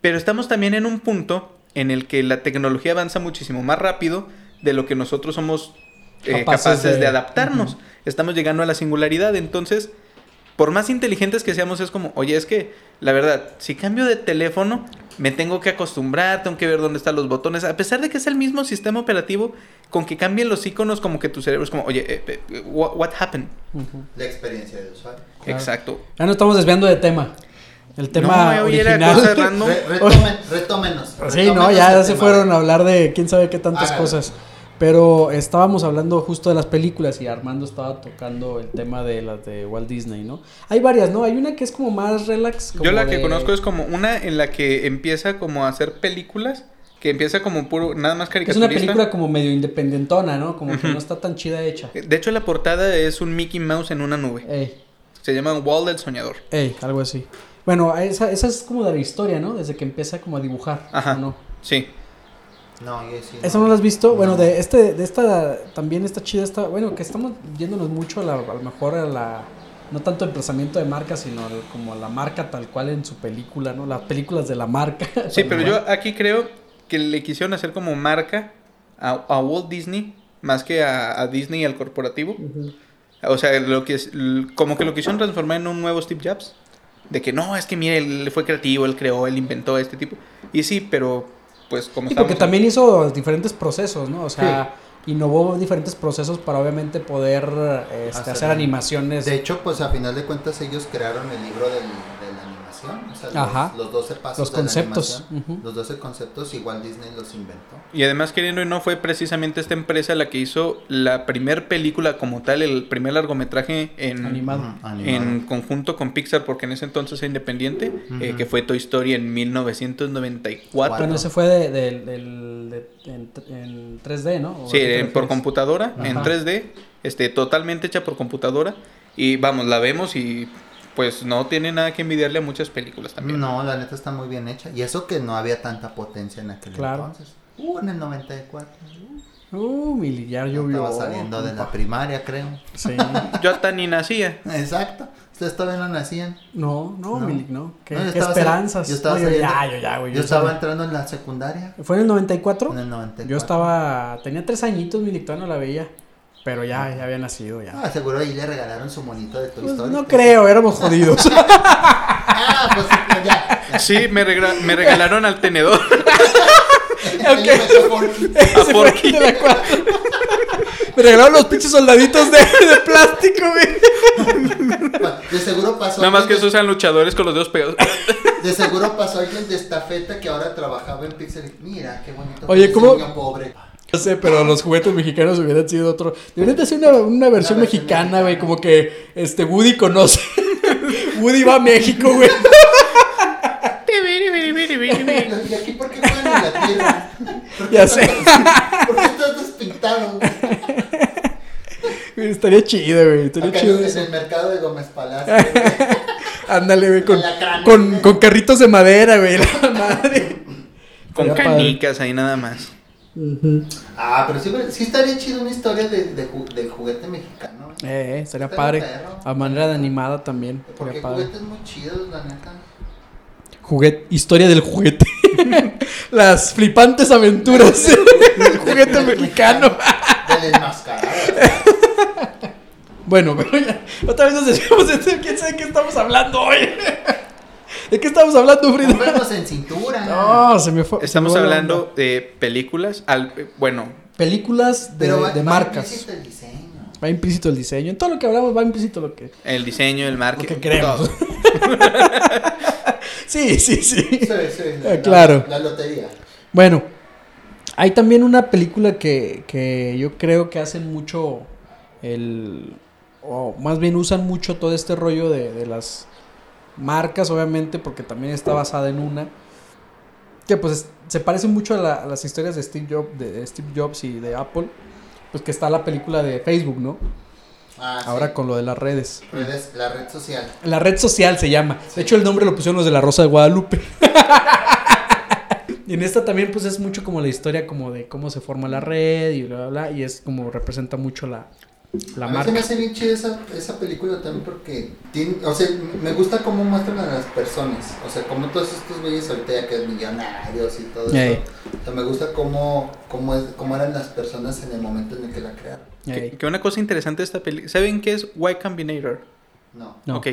Speaker 1: Pero estamos también en un punto en el que la tecnología avanza muchísimo más rápido de lo que nosotros somos eh,
Speaker 2: Capaces
Speaker 1: capaces,
Speaker 2: de-
Speaker 1: de, adaptarnos. Estamos llegando a la singularidad, entonces, por más inteligentes que seamos, es como, oye, es que, la verdad, si cambio de teléfono, me tengo que acostumbrar, tengo que ver dónde están los botones, a pesar de que es el mismo sistema operativo, con que cambien los iconos, como que tu cerebro es como, oye, eh, eh, eh, what, what happened?
Speaker 2: Ujú.
Speaker 3: La experiencia del usuario.
Speaker 2: Claro.
Speaker 1: Exacto.
Speaker 2: Ya nos estamos desviando de tema. El tema
Speaker 1: No, hoy era
Speaker 2: original.
Speaker 1: cosa random.
Speaker 3: Re- retomen- retómenos.
Speaker 2: Sí, no,
Speaker 3: retómenos
Speaker 2: ya
Speaker 3: este
Speaker 2: se
Speaker 3: tema.
Speaker 2: fueron a hablar de quién sabe qué tantas
Speaker 3: Hágale.
Speaker 2: cosas. Pero estábamos hablando justo de las películas y Armando estaba tocando el tema de las de Walt Disney, ¿no? Hay varias, ¿no? Hay una que es como más relax. como
Speaker 1: Yo la que
Speaker 2: de-
Speaker 1: conozco es como una en la que empieza como a hacer películas, que empieza como puro, nada
Speaker 2: Es
Speaker 1: más
Speaker 2: una
Speaker 1: caricaturista.
Speaker 2: película como medio independentona, ¿no? Como que
Speaker 1: Ujú.
Speaker 2: no está tan chida hecha.
Speaker 1: Eh, De hecho, la portada es un Mickey Mouse en una nube.
Speaker 2: Ey,
Speaker 1: Se llama Wall del Soñador.
Speaker 2: ey, algo así. Bueno, esa, esa es como de la historia, ¿no? Desde que empieza como a dibujar.
Speaker 1: Ajá.
Speaker 2: ¿o no?
Speaker 1: Sí.
Speaker 3: No, yo sí.
Speaker 2: ¿Eso no lo has visto? Bueno,
Speaker 3: No.
Speaker 2: de este, de esta, también está chida esta, bueno, que estamos yéndonos mucho a, la- a lo mejor a la, no tanto emplazamiento de marca, sino al- como a la marca tal cual en su película, ¿no? Las películas de la marca.
Speaker 1: Sí, pero yo aquí creo que le quisieron hacer como marca a, a Walt Disney más que a, a Disney y al corporativo.
Speaker 2: Ujú.
Speaker 1: O sea, lo que es, l- como que lo quisieron transformar en un nuevo Steve Jobs. De que no, es que mire, él fue creativo, él creó, él inventó este tipo. Y sí, pero pues como
Speaker 2: Sí, porque
Speaker 1: estábamos-
Speaker 2: también hizo diferentes procesos, ¿no? O sea, innovó diferentes procesos para obviamente poder este,
Speaker 3: Hacer-
Speaker 2: hacer animaciones.
Speaker 3: De hecho, pues a final de cuentas ellos crearon el libro del- de la animación. O sea, los-
Speaker 2: Ajá.
Speaker 3: los, 12 pasos
Speaker 2: Los
Speaker 3: de
Speaker 2: conceptos,
Speaker 3: la animación.
Speaker 2: ujú.
Speaker 3: Los 12 conceptos, igual Disney los inventó.
Speaker 1: Y además, queriendo y no, fue precisamente esta empresa la que hizo la primer película como tal, el primer largometraje en,
Speaker 2: Animado.
Speaker 3: Ujú, animado.
Speaker 1: en conjunto con Pixar, porque en ese entonces era independiente, eh,
Speaker 3: Ujú.
Speaker 1: que fue Toy Story en 1994.
Speaker 2: Bueno, ese fue de, del- del- de- en, en 3D, ¿no? ¿O a
Speaker 1: Sí,
Speaker 2: qué te
Speaker 1: en- por
Speaker 2: refieres?
Speaker 1: computadora, en
Speaker 2: Ajá.
Speaker 1: 3D, este, totalmente hecha por computadora. Y vamos, la vemos y pues no tiene nada que envidiarle a muchas películas también.
Speaker 3: No, la neta está muy bien hecha. Y eso que no había tanta potencia en aquel
Speaker 2: Claro.
Speaker 3: entonces. Uh, en el 94. Uh,
Speaker 2: Uh, Mili, ya llovió.
Speaker 3: estaba saliendo de la primaria, creo.
Speaker 2: Sí.
Speaker 1: Yo hasta ni nacía.
Speaker 3: Exacto. Ustedes todavía no nacían.
Speaker 2: No, no,
Speaker 3: No.
Speaker 2: Milik, no. ¿Qué,
Speaker 3: No, yo
Speaker 2: qué
Speaker 3: estaba sali-
Speaker 2: esperanzas?
Speaker 3: yo estaba
Speaker 2: No, yo ya,
Speaker 3: saliendo-
Speaker 2: yo ya, güey.
Speaker 3: Yo estaba entrando en la secundaria.
Speaker 2: estaba- ¿Fue en el 94?
Speaker 3: En el 94.
Speaker 2: Yo estaba... Tenía tres añitos, Milik, todavía no la veía. Pero ya, ya había nacido, ya.
Speaker 3: Ah, seguro ahí le regalaron su monito de Toy
Speaker 2: Pues
Speaker 3: Story.
Speaker 2: no creo, éramos jodidos.
Speaker 3: Ah, pues ya, ya.
Speaker 1: Sí, me, regra- me regalaron al tenedor.
Speaker 3: Él
Speaker 2: Ok.
Speaker 3: empezó por-
Speaker 2: Ese fue
Speaker 1: Porky.
Speaker 2: el de la cuadra. Me regalaron los pinches soldaditos de, de plástico, güey.
Speaker 3: De seguro pasó.
Speaker 1: Nada más que
Speaker 3: alguien
Speaker 1: esos sean luchadores con los dedos pegados.
Speaker 3: De seguro pasó alguien de estafeta que ahora trabajaba en Pixel. Mira, qué bonito.
Speaker 2: Oye,
Speaker 3: ese
Speaker 2: ¿cómo?
Speaker 3: niño pobre.
Speaker 2: No sé, pero los juguetes mexicanos hubieran sido otro. Deberían de hacer una, una versión
Speaker 3: versión
Speaker 2: mexicana,
Speaker 3: mexicana.
Speaker 2: güey. Como que este Woody conoce. Woody va a México, güey.
Speaker 3: ¿Y aquí por qué juegan en la tierra? ¿Por qué
Speaker 2: Ya
Speaker 3: estás-
Speaker 2: sé.
Speaker 3: ¿Por qué estás despintado?
Speaker 2: Güey, Estaría chido, güey. Estaría
Speaker 3: Acá
Speaker 2: chido
Speaker 3: en
Speaker 2: eso.
Speaker 3: el mercado de Gómez Palacio.
Speaker 2: Ándale, güey. Con,
Speaker 3: Alacranes.
Speaker 2: con, con carritos de madera, güey. La madre.
Speaker 1: Con
Speaker 2: Estaría padre.
Speaker 1: canicas ahí nada más.
Speaker 3: Ah, pero sí, sí estaría chido una historia de, de ju- del juguete mexicano.
Speaker 2: Eh, eh, sería
Speaker 3: Estaría
Speaker 2: padre.
Speaker 3: perro.
Speaker 2: A manera de animada también.
Speaker 3: Porque
Speaker 2: Sería padre.
Speaker 3: juguetes muy chidos, la neta.
Speaker 2: Juguete, historia del juguete. Las flipantes aventuras del juguete mexicano.
Speaker 3: Del enmascarado.
Speaker 2: Bueno, pero ya, otra vez nos decimos quién sabe de qué estamos hablando hoy. ¿De qué estamos hablando, Frida?
Speaker 3: Juegos en cintura.
Speaker 2: No, se me fue.
Speaker 1: Estamos
Speaker 2: se me fue la
Speaker 1: hablando
Speaker 2: onda.
Speaker 1: de películas. Al, eh, bueno,
Speaker 2: películas de,
Speaker 3: Pero va-
Speaker 2: de
Speaker 3: va
Speaker 2: marcas.
Speaker 3: implícito el diseño.
Speaker 2: Va implícito el diseño. En todo lo que hablamos va implícito lo que,
Speaker 1: el diseño, el
Speaker 2: lo
Speaker 1: marketing.
Speaker 2: que queremos.
Speaker 1: todo.
Speaker 2: sí, sí, sí.
Speaker 3: Sí, sí, la-
Speaker 2: Ah, claro.
Speaker 3: La lotería.
Speaker 2: Bueno, hay también una película que, que yo creo que hacen mucho el... o más bien usan mucho todo este rollo de, de las marcas, obviamente, porque también está basada en una. Que pues es- se parece mucho a, la- a las historias de Steve, Jobs, de Steve Jobs y de Apple. Pues que está la película de Facebook, ¿no?
Speaker 3: Ah, sí.
Speaker 2: Ahora con lo de las redes.
Speaker 3: Redes- la red social.
Speaker 2: La red social se llama. De hecho, el nombre lo pusieron los de la Rosa de Guadalupe. y en esta también, pues, es mucho como la historia como de cómo se forma la red y bla, bla, bla. Y es como representa mucho la, la
Speaker 3: a mí se me
Speaker 2: marca.
Speaker 3: hace bien chida esa, esa película también porque tiene, o sea, me gusta cómo muestran a las personas, o sea, como todos estos güeyes ahorita ya que millonarios y todo
Speaker 2: Ey.
Speaker 3: eso. O sea, me gusta cómo, cómo, es- cómo eran las personas en el momento en el que la crearon.
Speaker 1: Que,
Speaker 2: Ey.
Speaker 1: que una cosa interesante de esta película. ¿Saben qué es Y Combinator?
Speaker 3: No.
Speaker 2: No.
Speaker 1: Ok.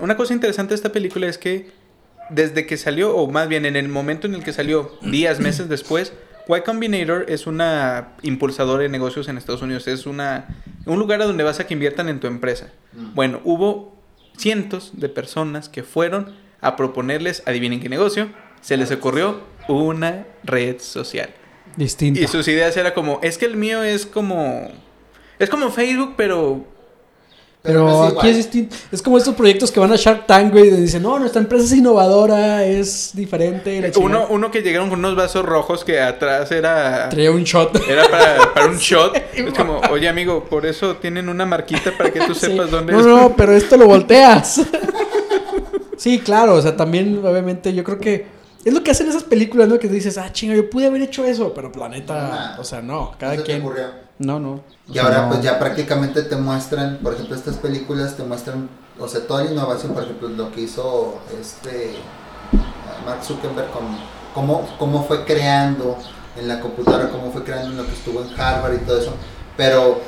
Speaker 1: Una cosa interesante de esta película es que desde que salió, o más bien en el momento en el que salió, días, meses después, Y Combinator es una impulsadora de negocios en Estados Unidos. Es una, un lugar a donde vas a que inviertan en tu empresa.
Speaker 3: Mm.
Speaker 1: Bueno, hubo cientos de personas que fueron a proponerles, adivinen qué negocio, se les ocurrió una red social.
Speaker 2: Distinto.
Speaker 1: Y sus ideas era como, es que el mío es como, es como Facebook, pero
Speaker 2: Pero
Speaker 3: no
Speaker 2: aquí es este,
Speaker 3: igual.
Speaker 2: distinto. Es como estos proyectos que van a Shark Tank, güey, donde dicen, no, nuestra empresa es innovadora, es diferente. La chingada".
Speaker 1: uno, uno que llegaron con unos vasos rojos que atrás era...
Speaker 2: Traía un shot.
Speaker 1: Era para, para un shot. Es como, oye amigo, por eso tienen una marquita para que tú
Speaker 2: Sí.
Speaker 1: sepas dónde
Speaker 2: no,
Speaker 1: es.
Speaker 2: no, pero esto lo volteas. sí, claro, o sea, también obviamente yo creo que es lo que hacen esas películas, ¿no? Que dices, ah, chinga, yo pude haber hecho eso, pero planeta,
Speaker 3: Nah.
Speaker 2: o sea, no,
Speaker 3: No
Speaker 2: cada
Speaker 3: se te
Speaker 2: quien.
Speaker 3: ocurrió.
Speaker 2: No, no.
Speaker 3: Y ahora
Speaker 2: No.
Speaker 3: pues ya prácticamente te muestran, por ejemplo, estas películas te muestran, o sea, toda la innovación, por ejemplo, lo que hizo este Mark Zuckerberg con cómo, cómo fue creando en la computadora, cómo fue creando en lo que estuvo en Harvard y todo eso. Pero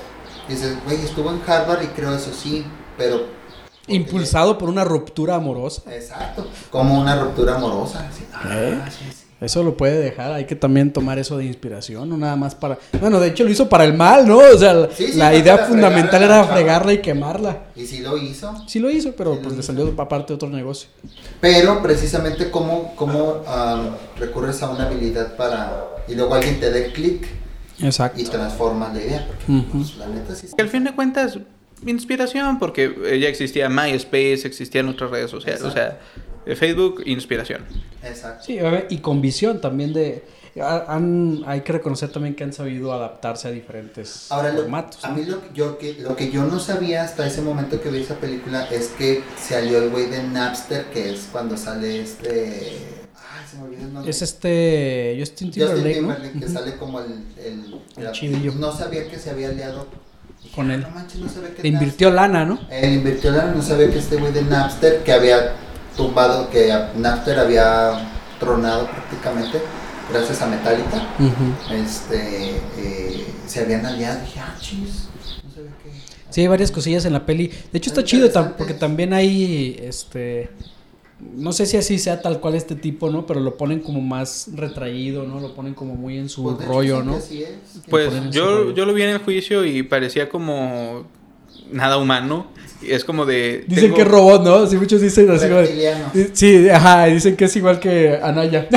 Speaker 3: dices, güey, estuvo en Harvard y creo eso sí, pero...
Speaker 2: Impulsado por una ruptura amorosa.
Speaker 3: Exacto, como una ruptura amorosa. así, ah,
Speaker 2: ¿Eh?
Speaker 3: sí, sí.
Speaker 2: Eso lo puede dejar, hay que también tomar eso de inspiración, no nada más para... Bueno, de hecho lo hizo para el mal, ¿no? O sea, la-
Speaker 3: Sí, sí,
Speaker 2: la
Speaker 3: fue
Speaker 2: idea
Speaker 3: para
Speaker 2: fundamental
Speaker 3: fregar a la
Speaker 2: era
Speaker 3: chava.
Speaker 2: fregarla y quemarla.
Speaker 3: Y sí lo hizo.
Speaker 2: Sí lo hizo, pero
Speaker 3: Sí lo
Speaker 2: pues le
Speaker 3: hizo.
Speaker 2: salió aparte otro negocio.
Speaker 3: Pero precisamente cómo, cómo ah, recurres a una habilidad para... Y luego alguien te dé clic
Speaker 2: Exacto.
Speaker 3: y transformas la idea. Porque,
Speaker 2: Ujú.
Speaker 3: pues, la neta sí.
Speaker 1: Que al fin de cuentas, inspiración, porque eh, ya existía MySpace, existían otras redes sociales, o sea, eh, Facebook, inspiración.
Speaker 3: Exacto.
Speaker 2: Sí, a ver, y con visión también de... ha- han- hay que reconocer también que han sabido adaptarse a diferentes
Speaker 3: Ahora, lo-
Speaker 2: formatos.
Speaker 3: a
Speaker 2: ¿no?
Speaker 3: mí lo que, yo, que, lo que yo no sabía hasta ese momento que vi esa película es que salió el güey de Napster, que es cuando sale este... Ay, se me olvidó el nombre.
Speaker 2: Es este Justin
Speaker 3: Justin
Speaker 2: Timberlake, ¿no?
Speaker 3: Timberlake, que
Speaker 2: Ujú.
Speaker 3: sale como el... el,
Speaker 2: El chidillo.
Speaker 3: No sabía que se había aliado.
Speaker 2: Con él.
Speaker 3: No manches, no sabía que
Speaker 2: Le
Speaker 3: Napster-
Speaker 2: invirtió lana, ¿no?
Speaker 3: Él invirtió lana, no sabía que este güey de Napster, que había tumbado, que a- Napster había tronado prácticamente, gracias a Metallica, este, eh, se habían aliado. Dije, ah, chis, no sabía que.
Speaker 2: Sí, hay varias cosillas en la peli. De hecho, está
Speaker 3: Está
Speaker 2: chido tam-
Speaker 3: interesante.
Speaker 2: porque también hay, este, no sé si así sea tal cual este tipo, ¿no? Pero lo ponen como más retraído, ¿no? Lo ponen como muy en su
Speaker 3: Pues, de hecho,
Speaker 2: rollo,
Speaker 3: sí que
Speaker 2: ¿no?
Speaker 3: así es. Que
Speaker 1: Pues
Speaker 2: ponen ese
Speaker 1: yo,
Speaker 2: rollo.
Speaker 1: yo lo vi en el juicio y parecía como nada humano. Y Es como de...
Speaker 2: Dicen
Speaker 1: tengo-
Speaker 2: que es robot, ¿no? Sí, muchos dicen así. como de-
Speaker 3: Reptiliano.
Speaker 2: Sí, ajá, dicen que es igual que Anaya.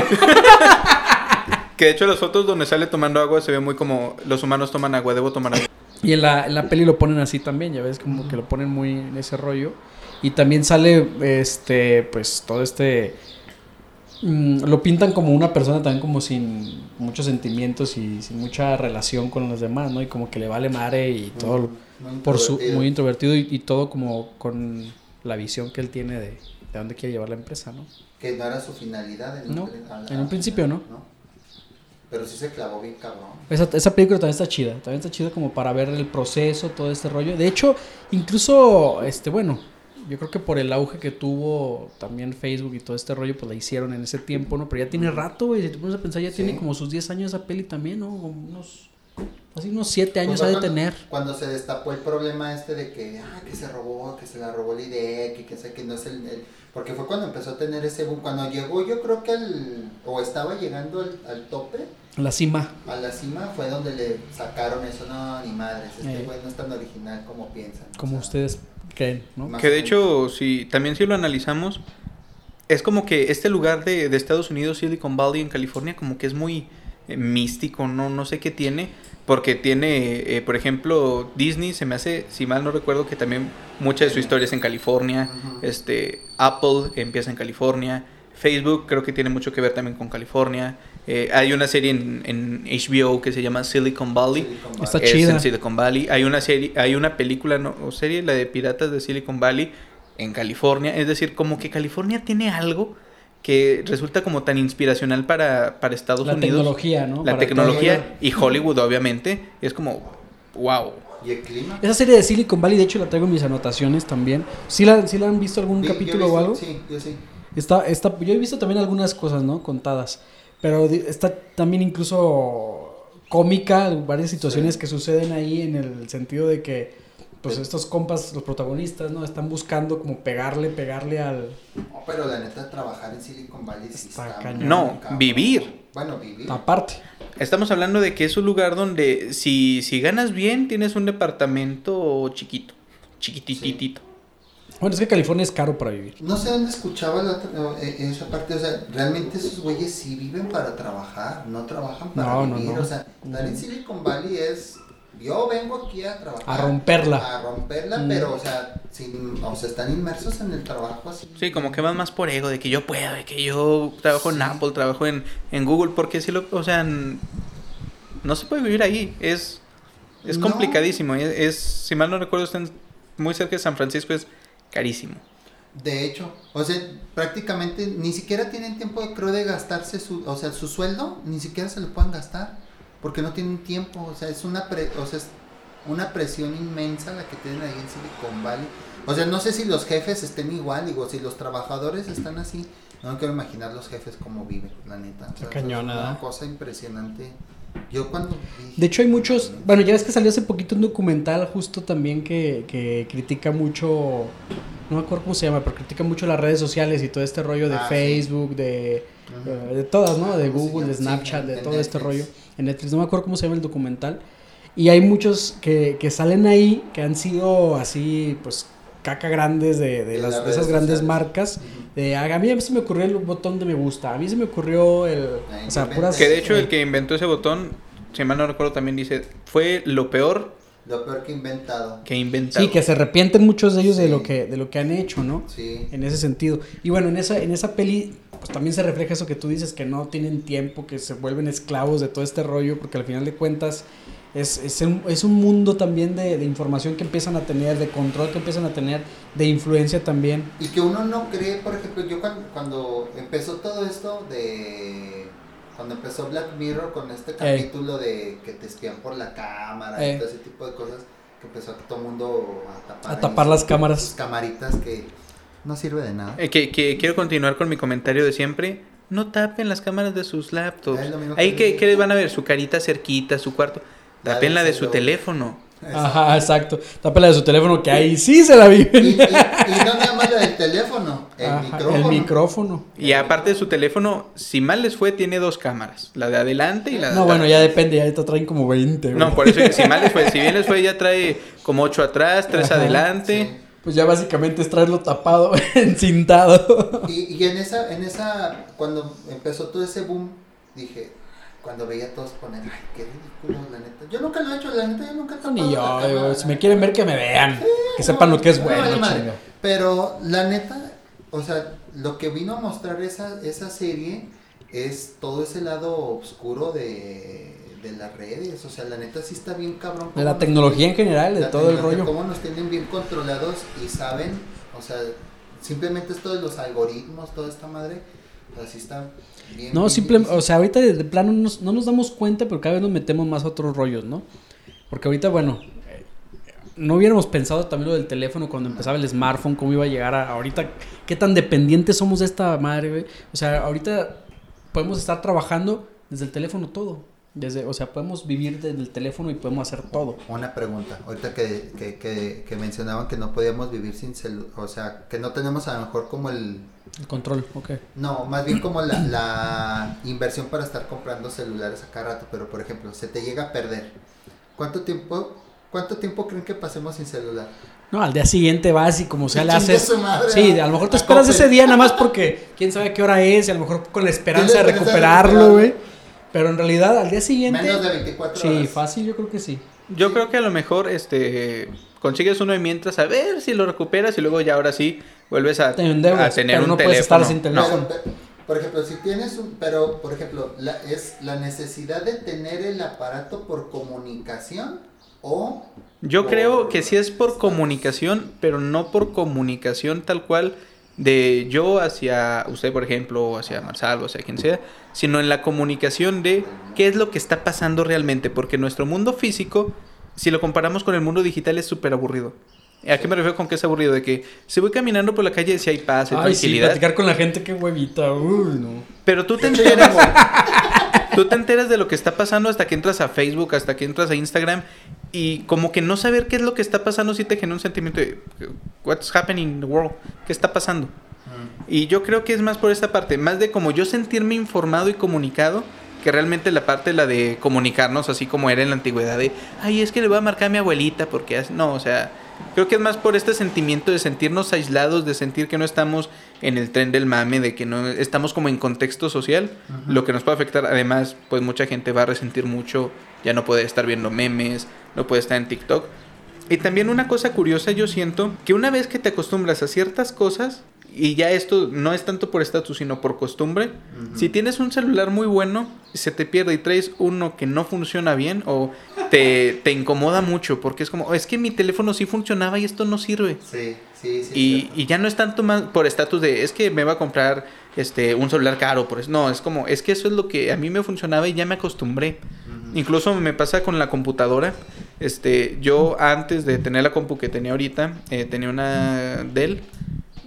Speaker 1: Que de hecho las fotos donde sale tomando agua se ve muy como los humanos toman agua, debo tomar agua.
Speaker 2: Y en la, en la peli lo ponen así también, ya ves, como que lo ponen muy en ese rollo. Y también sale, este, pues todo este... mm, lo pintan como una persona también como sin muchos sentimientos y sin mucha relación con los demás, ¿no? Y como que le vale madre y todo, lo-
Speaker 3: Muy
Speaker 2: por su,
Speaker 3: introvertido.
Speaker 2: muy introvertido y, y todo como con la visión que él tiene de, de dónde quiere llevar la empresa, ¿no?
Speaker 3: Que no era su finalidad en,
Speaker 2: No,
Speaker 3: un, pri- a la-
Speaker 2: en un principio no.
Speaker 3: Pero sí se clavó bien cabrón.
Speaker 2: Esa, esa película también está chida, también está chida como para ver el proceso, todo este rollo. De hecho, incluso, este, bueno, yo creo que por el auge que tuvo también Facebook y todo este rollo, pues la hicieron en ese tiempo, ¿no? Pero ya tiene rato, güey, si te pones a pensar, ya
Speaker 3: Sí.
Speaker 2: tiene como sus 10 años esa peli también, ¿no? Como unos, así unos 7 años
Speaker 3: Pues fue
Speaker 2: ha de
Speaker 3: cuando-
Speaker 2: tener.
Speaker 3: Cuando se destapó el problema este de que, ah, que se robó, que se la robó la idea, E que, que, sé que no es el, el- Porque fue cuando empezó a tener ese boom, cuando llegó yo creo que al... o estaba llegando al, al tope,
Speaker 2: La cima.
Speaker 3: a la cima, fue donde le sacaron eso, no, ni madres, este
Speaker 2: Eh.
Speaker 3: güey no es tan original como piensan. o
Speaker 2: Como
Speaker 3: sea,
Speaker 2: ustedes creen, ¿no?
Speaker 3: más
Speaker 1: Que
Speaker 3: o
Speaker 1: de
Speaker 3: menos.
Speaker 1: hecho, si también si lo analizamos, es como que este lugar de, de Estados Unidos, Silicon Valley en California, como que es muy eh, místico, no, no sé qué tiene, porque tiene, eh, por ejemplo, Disney, se me hace, si mal no recuerdo, que también mucha de su historia es en California,
Speaker 3: Ujú.
Speaker 1: este, Apple empieza en California, Facebook creo que tiene mucho que ver también con California, eh, hay una serie en, en HBO que se llama Silicon Valley,
Speaker 3: Silicon Valley.
Speaker 2: Está
Speaker 1: es
Speaker 2: chida.
Speaker 1: en Silicon Valley. Hay una serie, hay una película no, o serie, la de Piratas de Silicon Valley en California. Es decir, como que California tiene algo que resulta como tan inspiracional para, para Estados
Speaker 2: La
Speaker 1: Unidos.
Speaker 2: tecnología, ¿no?
Speaker 1: la
Speaker 2: Para
Speaker 1: tecnología y Hollywood, obviamente. Es como, wow.
Speaker 3: ¿Y el clima?
Speaker 2: Esa serie de Silicon Valley, de hecho, la traigo en mis anotaciones también. ¿Sí la, sí la han visto algún
Speaker 3: Vi- yo he
Speaker 2: capítulo o
Speaker 3: visto-
Speaker 2: algo?
Speaker 3: Sí, yo sí.
Speaker 2: Está, está, yo he visto también algunas cosas, ¿no? Contadas. Pero di- está también incluso cómica varias situaciones que suceden ahí en el sentido de que, pues
Speaker 3: Sí.
Speaker 2: estos compas, los protagonistas, ¿no? Están buscando como pegarle, pegarle al...
Speaker 3: No, pero la neta, trabajar en Silicon Valley sí
Speaker 2: Está
Speaker 3: está muy
Speaker 2: cañón.
Speaker 1: No,
Speaker 3: cabrón.
Speaker 1: vivir.
Speaker 3: Bueno, vivir.
Speaker 2: Aparte.
Speaker 1: Estamos hablando de que es un lugar donde si, si ganas bien, tienes un departamento chiquito, chiquititito.
Speaker 2: Bueno, es que California es caro para vivir.
Speaker 3: No sé dónde escuchaba la otra- no, eh, esa parte, o sea, realmente esos güeyes sí viven para trabajar, no trabajan para
Speaker 2: No, no,
Speaker 3: vivir,
Speaker 2: no.
Speaker 3: o sea, estar en Silicon Valley es, yo vengo aquí a trabajar.
Speaker 2: A romperla.
Speaker 3: A romperla, pero, o sea, sin, o sea, están inmersos en el trabajo así.
Speaker 1: Sí, como que van más por ego, de que yo puedo, de que yo trabajo en Apple, trabajo en, en Google, porque si lo, o sea, n- no se puede vivir ahí, es, es
Speaker 3: No.
Speaker 1: complicadísimo, es, es- si mal no recuerdo, están muy cerca de San Francisco, es carísimo.
Speaker 3: De hecho, o sea, prácticamente ni siquiera tienen tiempo, creo, de gastarse su, o sea, su sueldo, ni siquiera se lo pueden gastar, porque no tienen tiempo, o sea, es una, pre- o sea, es una presión inmensa la que tienen ahí en Silicon Valley. O sea, no sé si los jefes estén igual, digo, si los trabajadores están así, no me quiero imaginar los jefes cómo viven, la neta. O sea,
Speaker 2: Está cañón,
Speaker 3: es
Speaker 2: ¿verdad?
Speaker 3: Una cosa impresionante. Yo cuando... vi-
Speaker 2: De hecho, hay muchos. Bueno, ya ves que salió hace poquito un documental justo también que, que critica mucho. No me acuerdo cómo se llama, pero critica mucho las redes sociales y todo este rollo de
Speaker 3: Ah, sí.
Speaker 2: Facebook, de,
Speaker 3: Ujú.
Speaker 2: eh, de todas, ¿no? De
Speaker 3: ¿Cómo se
Speaker 2: Google, de
Speaker 3: llama? Ah, Sí,
Speaker 2: Snapchat, de
Speaker 3: en
Speaker 2: todo este rollo.
Speaker 3: Netflix.
Speaker 2: En Netflix, no me acuerdo cómo se llama el documental. Y hay muchos que, que salen ahí que han sido así, pues, caca grandes de, de
Speaker 3: De
Speaker 2: las,
Speaker 3: las
Speaker 2: de esas
Speaker 3: redes
Speaker 2: grandes
Speaker 3: sociales.
Speaker 2: marcas. De, a a mí se me ocurrió el botón de me gusta, a mí se me ocurrió el.
Speaker 3: La
Speaker 2: O sea,
Speaker 3: internet.
Speaker 2: puras.
Speaker 1: Que de hecho
Speaker 2: eh,
Speaker 1: el que inventó ese botón, si mal no recuerdo, también dice, fue lo peor
Speaker 3: Lo peor que he inventado.
Speaker 1: que inventó.
Speaker 2: Sí, que se arrepienten muchos de ellos de
Speaker 3: Sí.
Speaker 2: lo que de lo que han hecho, ¿no?
Speaker 3: Sí.
Speaker 2: En ese sentido. Y bueno, en esa en esa peli pues también se refleja eso que tú dices que no tienen tiempo, que se vuelven esclavos de todo este rollo porque al final de cuentas es, es, un, es un mundo también de, de información que empiezan a tener, de control que empiezan a tener, de influencia también.
Speaker 3: Y que uno no cree, por ejemplo, yo cuando, cuando empezó todo esto de... Cuando empezó Black Mirror con este capítulo de que te espían por la cámara
Speaker 2: Ey.
Speaker 3: y todo ese tipo de cosas, que empezó todo el mundo a tapar,
Speaker 2: A
Speaker 3: ahí
Speaker 2: tapar las cámaras.
Speaker 3: sus camaritas que no sirve de nada.
Speaker 1: Eh, que, que quiero continuar con mi comentario de siempre. No tapen las cámaras de sus laptops.
Speaker 3: Ah, Es lo mismo
Speaker 1: Ahí que,
Speaker 3: que yo.
Speaker 1: que les van a ver su carita cerquita, su cuarto.
Speaker 3: La
Speaker 1: Tapen la de
Speaker 3: del
Speaker 1: su
Speaker 3: celular.
Speaker 1: teléfono.
Speaker 2: Ajá, exacto. Tápela de su teléfono que ahí sí se la
Speaker 3: Y, y-
Speaker 2: viven.
Speaker 3: y no nada más la del teléfono, el
Speaker 2: Ajá,
Speaker 3: micrófono.
Speaker 2: El micrófono.
Speaker 1: Y aparte de su teléfono, si mal les fue, tiene dos cámaras. La de adelante y la de
Speaker 2: No,
Speaker 1: atrás.
Speaker 2: bueno, ya depende, ya te traen como 20. güey.
Speaker 1: No, por eso, si mal les fue, si bien les fue, ya trae como ocho atrás, tres
Speaker 2: Ajá,
Speaker 1: adelante.
Speaker 3: Sí.
Speaker 2: Pues ya básicamente es traerlo tapado, encintado.
Speaker 3: Y, y en esa, en esa, cuando empezó todo ese boom, dije, cuando veía a todos poner, ay, qué ridículo, la neta. Yo nunca lo he hecho, la neta, yo nunca he tapado
Speaker 2: Ni
Speaker 3: la
Speaker 2: yo,
Speaker 3: cámara,
Speaker 2: digo,
Speaker 3: la
Speaker 2: si me
Speaker 3: neta.
Speaker 2: quieren ver que me vean, que
Speaker 3: No,
Speaker 2: sepan lo que es
Speaker 3: no
Speaker 2: bueno,
Speaker 3: vale madre.
Speaker 2: chinga.
Speaker 3: Pero la neta, o sea, lo que vino a mostrar esa, esa serie es todo ese lado oscuro de, de las redes. O sea, la neta sí está bien cabrón.
Speaker 2: De la
Speaker 3: cómo nos-
Speaker 2: tecnología en general, de
Speaker 3: la
Speaker 2: todo el
Speaker 3: tecnología,
Speaker 2: rollo.
Speaker 3: Cómo nos tienen bien controlados y saben, o sea, simplemente esto de los algoritmos, toda esta madre, o sea, sí está bien.
Speaker 2: No,
Speaker 3: bien
Speaker 2: simplemente,
Speaker 3: difícil.
Speaker 2: o sea, ahorita de de plano nos- no nos damos cuenta, pero cada vez nos metemos más a otros rollos, ¿no? Porque ahorita, bueno, eh, no hubiéramos pensado también lo del teléfono cuando empezaba el smartphone, cómo iba a llegar a ahorita, qué tan dependientes somos de esta madre, güey. O sea, ahorita podemos estar trabajando desde el teléfono todo. Desde, o sea, podemos vivir desde el teléfono y podemos hacer todo.
Speaker 3: Una pregunta, ahorita que, que, que, que mencionaban que no podíamos vivir sin celular, o sea, que no tenemos a lo mejor como el,
Speaker 2: El control, ok.
Speaker 3: No, más bien como la, la inversión para estar comprando celulares a cada rato, pero por ejemplo, se te llega a perder. ¿Cuánto tiempo, cuánto tiempo creen que pasemos sin celular?
Speaker 2: No, al día siguiente vas y como sea le
Speaker 3: Chingue
Speaker 2: haces.
Speaker 3: su madre,
Speaker 2: Sí,
Speaker 3: ¿no?
Speaker 2: a lo mejor te
Speaker 3: A
Speaker 2: esperas
Speaker 3: Coppel.
Speaker 2: ese día nada más porque quién sabe qué hora es y a lo mejor con la esperanza de
Speaker 3: Tienes que
Speaker 2: recuperarlo,
Speaker 3: recuperarlo.
Speaker 2: güey. Pero en realidad al día siguiente.
Speaker 3: Menos de 24
Speaker 2: Sí,
Speaker 3: horas.
Speaker 2: fácil, yo creo que sí.
Speaker 1: Yo creo que a lo mejor este consigues uno de mientras a ver si lo recuperas y luego ya ahora sí vuelves a,
Speaker 2: Te endeudas,
Speaker 1: a tener
Speaker 2: pero
Speaker 1: un
Speaker 2: no
Speaker 1: teléfono.
Speaker 2: puedes estar sin
Speaker 1: No.
Speaker 2: teléfono.
Speaker 3: Pero, pe- por ejemplo, si tienes un, pero por ejemplo, la, es la necesidad de tener el aparato por comunicación o
Speaker 1: Yo
Speaker 3: por-
Speaker 1: creo que sí es por comunicación, pero no por comunicación tal cual de yo hacia usted, por ejemplo, o hacia Marsal, o hacia quien sea, sino en la comunicación de qué es lo que está pasando realmente, porque nuestro mundo físico, si lo comparamos con el mundo digital, es súper aburrido. ¿A qué me refiero con que es aburrido? De que si voy caminando por la calle, si hay paz, hay
Speaker 2: Ay, sí,
Speaker 1: tranquilidad,
Speaker 2: platicar con la gente, qué huevita. Uy, no.
Speaker 1: pero tú te enteras... Tú te enteras de lo que está pasando hasta que entras a Facebook, hasta que entras a Instagram y como que no saber qué es lo que está pasando sí te genera un sentimiento de what's happening in the world, qué está pasando. Y yo creo que es más por esta parte, más de como yo sentirme informado y comunicado que realmente la parte la de comunicarnos así como era en la antigüedad de, ay, es que le voy a marcar a mi abuelita porque as-". no, o sea, creo que es más por este sentimiento de sentirnos aislados, de sentir que no estamos en el tren del mame, de que no estamos como en contexto social, lo que nos puede afectar. Además, pues mucha gente va a resentir mucho, ya no puede estar viendo memes, no puede estar en TikTok. Y también una cosa curiosa, yo siento que una vez que te acostumbras a ciertas cosas, y ya esto no es tanto por estatus, sino por costumbre, si tienes un celular muy bueno, se te pierde y traes uno que no funciona bien o te, te incomoda mucho, porque es como, "Oh, es que mi teléfono sí funcionaba y esto no sirve.
Speaker 3: Sí, sí, sí.
Speaker 1: Y,
Speaker 3: cierto.
Speaker 1: y ya no es tanto más por estatus de es que me va a comprar este un celular caro por eso. No, es como, es que eso es lo que a mí me funcionaba y ya me acostumbré. Incluso me pasa con la computadora. Este, yo antes de tener la compu que tenía ahorita, eh, tenía una Dell,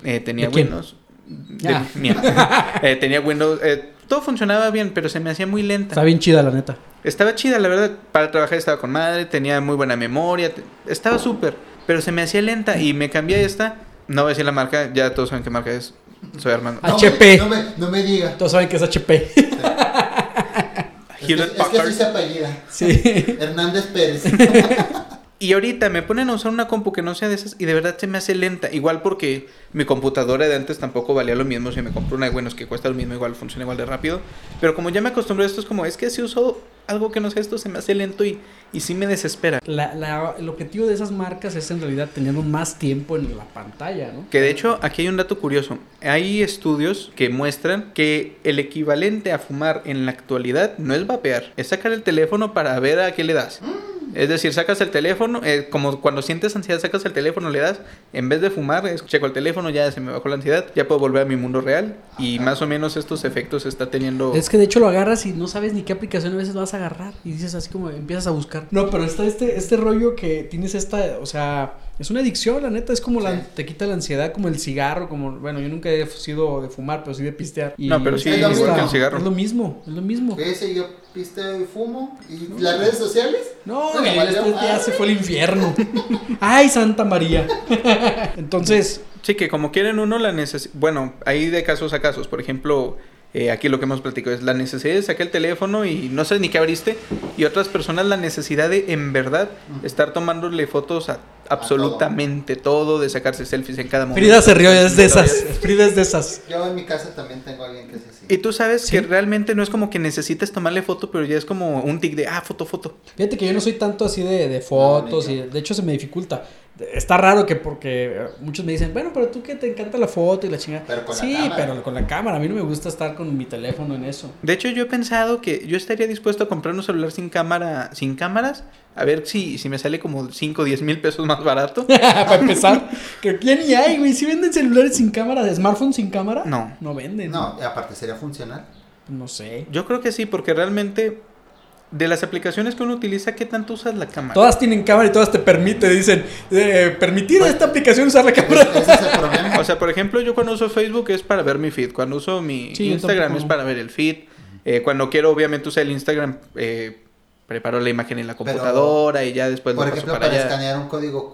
Speaker 1: eh, tenía
Speaker 2: ¿De quién?
Speaker 1: Windows. de-
Speaker 2: Ah.
Speaker 1: mía. Eh, tenía Windows, eh, todo funcionaba bien, pero se me hacía muy lenta.
Speaker 2: Está bien chida, la neta.
Speaker 1: Estaba chida, la verdad. Para trabajar estaba con madre, tenía muy buena memoria, te- estaba súper. Pero se me hacía lenta y me cambié a esta. No voy a decir la marca, ya todos saben qué marca es. Soy Armando.
Speaker 2: Ah,
Speaker 3: No me-
Speaker 2: HP.
Speaker 3: No me, no me diga.
Speaker 2: Todos saben que es HP.
Speaker 3: Es que,
Speaker 1: Hewlett
Speaker 3: es que así
Speaker 1: Packard.
Speaker 3: se apellida.
Speaker 2: Sí.
Speaker 3: Hernández Pérez.
Speaker 1: Y ahorita me ponen a usar una compu que no sea de esas y de verdad se me hace lenta. Igual porque mi computadora de antes tampoco valía lo mismo. Si me compro una de Windows que cuesta lo mismo, igual funciona igual de rápido. Pero como ya me acostumbré a esto, es como, es que si uso algo que no sea esto, se me hace lento y, y sí me desespera.
Speaker 2: La- la- el objetivo de esas marcas es en realidad tener más tiempo en la pantalla, ¿no?
Speaker 1: Que de hecho, aquí hay un dato curioso. Hay estudios que muestran que el equivalente a fumar en la actualidad no es vapear, es sacar el teléfono para ver a qué le das. Es decir, sacas el teléfono, eh, como cuando sientes ansiedad, sacas el teléfono, le das, en vez de fumar, es, checo el teléfono, ya se me bajó la ansiedad, ya puedo volver a mi mundo real. Y más o menos estos efectos está teniendo...
Speaker 2: Es que de hecho lo agarras y no sabes ni qué aplicación a veces vas a agarrar y dices así como empiezas a buscar. No, pero está este, este rollo que tienes esta, o sea, es una adicción, la neta, es como
Speaker 3: Sí.
Speaker 2: la, te quita la ansiedad, como el cigarro, como, bueno, yo nunca he sido de fumar, pero sí de pistear. Y
Speaker 1: No, pero sí,
Speaker 2: es
Speaker 3: igual
Speaker 2: esta-
Speaker 3: que
Speaker 1: el cigarro.
Speaker 2: Es lo mismo, es lo mismo.
Speaker 3: ¿Qué ese yo piste y fumo? ¿Y las redes sociales?
Speaker 2: No,
Speaker 3: No,
Speaker 2: güey,
Speaker 3: valió
Speaker 2: este ya
Speaker 3: madre.
Speaker 2: se fue al infierno. Ay, Santa María. Entonces,
Speaker 1: Sí, que como quieren uno la necesidad... Bueno, hay de casos a casos. Por ejemplo, eh, aquí lo que hemos platicado es la necesidad de sacar el teléfono y no sabes ni qué abriste. Y otras personas la necesidad de, en verdad, estar tomándole fotos a absolutamente todo. de sacarse selfies en cada momento.
Speaker 2: Frida se rió, es de esas. Frida es de esas.
Speaker 3: Yo en mi casa también tengo a alguien que es así.
Speaker 1: Y tú sabes que realmente no es como que necesites tomarle foto, pero ya es como un tic de, ah, foto, foto.
Speaker 2: Fíjate que yo no soy tanto así de, de fotos y de hecho se me dificulta. Está raro que porque eh, muchos me dicen, bueno, pero tú que te encanta la foto y la chingada.
Speaker 3: Pero con la
Speaker 2: sí,
Speaker 3: cámara.
Speaker 2: pero con la cámara. A mí no me gusta estar con mi teléfono en eso.
Speaker 1: De hecho, yo he pensado que yo estaría dispuesto a comprar un celular sin cámara, sin cámaras, a ver si, si me sale como 5 o 10 mil pesos más barato.
Speaker 2: Para empezar, que ya ni hay, güey. Si venden celulares sin cámara, de smartphone sin cámara.
Speaker 1: No.
Speaker 2: No venden.
Speaker 3: No, y aparte sería funcional.
Speaker 2: No sé.
Speaker 1: Yo creo que sí, porque realmente de las aplicaciones que uno utiliza, ¿qué tanto usas la cámara?
Speaker 2: Todas tienen cámara y todas te permiten, dicen, eh, permitir a esta aplicación usar la
Speaker 3: Ese,
Speaker 2: cámara.
Speaker 3: ese es el problema.
Speaker 1: O sea, por ejemplo, yo cuando uso Facebook es para ver mi feed, cuando uso mi
Speaker 2: Sí, yo
Speaker 1: Instagram
Speaker 2: tampoco.
Speaker 1: es para ver el feed, eh, cuando quiero obviamente usar el Instagram, eh, preparo la imagen en la
Speaker 3: Pero,
Speaker 1: computadora y ya después
Speaker 3: Por
Speaker 1: Pues lo paso
Speaker 3: ejemplo,
Speaker 1: para
Speaker 3: para
Speaker 1: allá.
Speaker 3: escanear un código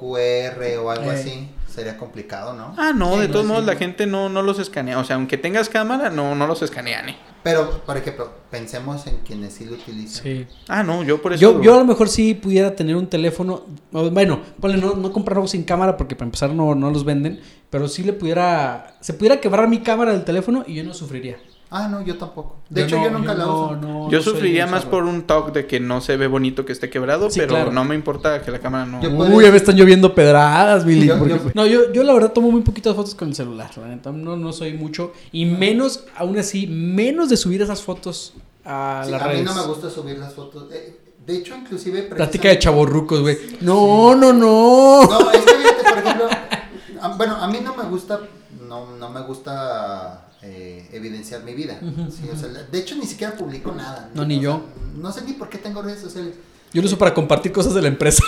Speaker 3: QR o algo
Speaker 2: Eh.
Speaker 3: así, sería complicado, ¿no?
Speaker 1: Ah, no,
Speaker 2: Sí,
Speaker 1: de
Speaker 2: no,
Speaker 1: todos
Speaker 2: sí,
Speaker 1: modos la
Speaker 2: no.
Speaker 1: gente no, no los escanea, o sea, aunque tengas cámara, no, no los escanean. eh.
Speaker 3: Pero, por ejemplo, pensemos en quienes sí lo utilizan.
Speaker 2: Sí.
Speaker 1: Ah, no, yo por eso...
Speaker 2: Yo, yo a lo mejor sí pudiera tener un teléfono. o, Bueno, ponle, no, no comprar algo sin cámara porque para empezar no, no los venden. Pero sí le pudiera. Se pudiera quebrar mi cámara del teléfono y yo no sufriría.
Speaker 3: Ah, no, yo tampoco. De hecho,
Speaker 2: no-
Speaker 3: yo nunca la
Speaker 2: no-
Speaker 3: uso.
Speaker 2: no-
Speaker 1: Yo
Speaker 2: no soy de
Speaker 1: sufriría más
Speaker 2: usarlo.
Speaker 1: por un talk de que no se ve bonito que esté quebrado,
Speaker 2: Sí,
Speaker 1: pero
Speaker 2: claro.
Speaker 1: no me importa que la cámara no...
Speaker 3: Yo-
Speaker 2: Uy, ya me están lloviendo pedradas, Billy.
Speaker 3: Yo-
Speaker 2: porque-
Speaker 3: yo-
Speaker 2: No, yo, yo la verdad tomo muy poquitas fotos con el celular. La neta, no, no soy mucho. Y menos, aún así, menos de subir esas fotos a
Speaker 3: Sí,
Speaker 2: las
Speaker 3: a
Speaker 2: redes.
Speaker 3: mí no me gusta subir las fotos. De, de hecho, inclusive...
Speaker 2: Plática de
Speaker 3: precisamente-
Speaker 2: chavorrucos, güey. No, no, no.
Speaker 3: No, es que fíjate, por ejemplo, a- bueno, a mí no me gusta, no, no me gusta eh, evidenciar mi vida. Sí, o sea, la- de hecho, ni siquiera publico nada.
Speaker 2: No, ni
Speaker 3: O
Speaker 2: yo.
Speaker 3: sea, no sé ni por qué tengo redes sociales.
Speaker 2: Yo lo uso para compartir cosas de la empresa.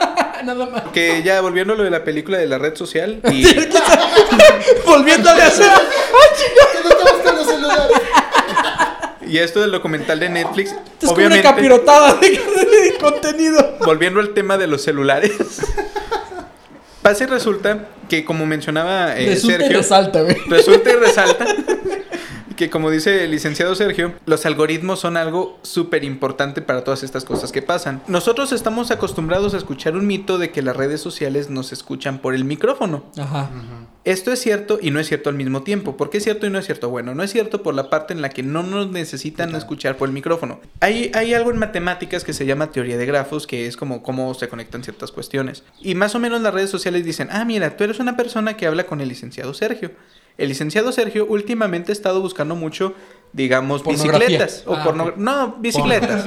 Speaker 2: Nada más.
Speaker 1: Que ya volviendo a lo de la película de la red social y...
Speaker 2: Volviéndole a hacer.
Speaker 3: ¿Qué no está buscando celular?
Speaker 1: Y esto del documental de Netflix,
Speaker 2: Es como una
Speaker 1: obviamente,
Speaker 2: capirotada de, de contenido.
Speaker 1: volviendo al tema de los celulares, pasa y resulta que, como mencionaba eh,
Speaker 2: Resulta y
Speaker 1: Sergio,
Speaker 2: resalta, güey.
Speaker 1: resulta y resalta que como dice el licenciado Sergio, los algoritmos son algo súper importante para todas estas cosas que pasan. Nosotros estamos acostumbrados a escuchar un mito de que las redes sociales nos escuchan por el micrófono.
Speaker 2: Ajá.
Speaker 1: Mm. Esto es cierto y no es cierto al mismo tiempo. ¿Por qué es cierto y no es cierto? Bueno, no es cierto por la parte en la que no nos necesitan escuchar por el micrófono. Hay, hay algo en matemáticas que se llama teoría de grafos, que es como cómo se conectan ciertas cuestiones. Y más o menos las redes sociales dicen, ah, mira, tú eres una persona que habla con el licenciado Sergio. El licenciado Sergio últimamente ha estado buscando mucho, digamos,
Speaker 2: Pornografía.
Speaker 1: bicicletas. O
Speaker 2: Ah,
Speaker 1: porno-
Speaker 2: ok.
Speaker 1: No, bicicletas.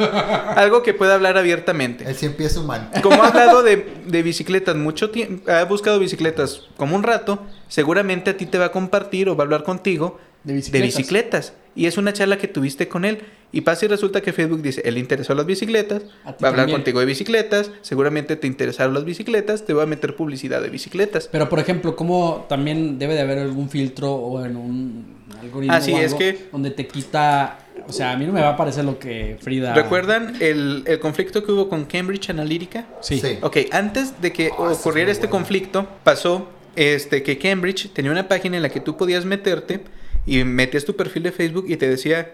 Speaker 1: algo que pueda hablar abiertamente.
Speaker 3: El cien pies humano.
Speaker 1: Como ha hablado de, de bicicletas mucho tiempo, ha buscado bicicletas como un rato, seguramente a ti te va a compartir o va a hablar contigo
Speaker 2: De
Speaker 1: de
Speaker 2: bicicletas.
Speaker 1: bicicletas. Y es una charla que tuviste con él. Y pasa y resulta que Facebook dice, él le interesó las bicicletas,
Speaker 2: A
Speaker 1: va
Speaker 2: ti
Speaker 1: a hablar
Speaker 2: también.
Speaker 1: contigo de bicicletas, seguramente te interesaron las bicicletas, te va a meter publicidad de bicicletas.
Speaker 2: Pero por ejemplo, ¿cómo también debe de haber algún filtro o en un algoritmo
Speaker 1: Ah, sí,
Speaker 2: o algo
Speaker 1: es que-
Speaker 2: donde te quita, o sea, a mí no me va a parecer lo que Frida
Speaker 1: ¿Recuerdan el, el conflicto que hubo con Cambridge Analytica?
Speaker 2: Sí.
Speaker 3: Sí.
Speaker 1: Ok, antes de que
Speaker 3: Oh, esa es
Speaker 1: ocurriera
Speaker 3: muy
Speaker 1: este
Speaker 3: buena.
Speaker 1: conflicto, pasó este, que Cambridge tenía una página en la que tú podías meterte y metías tu perfil de Facebook y te decía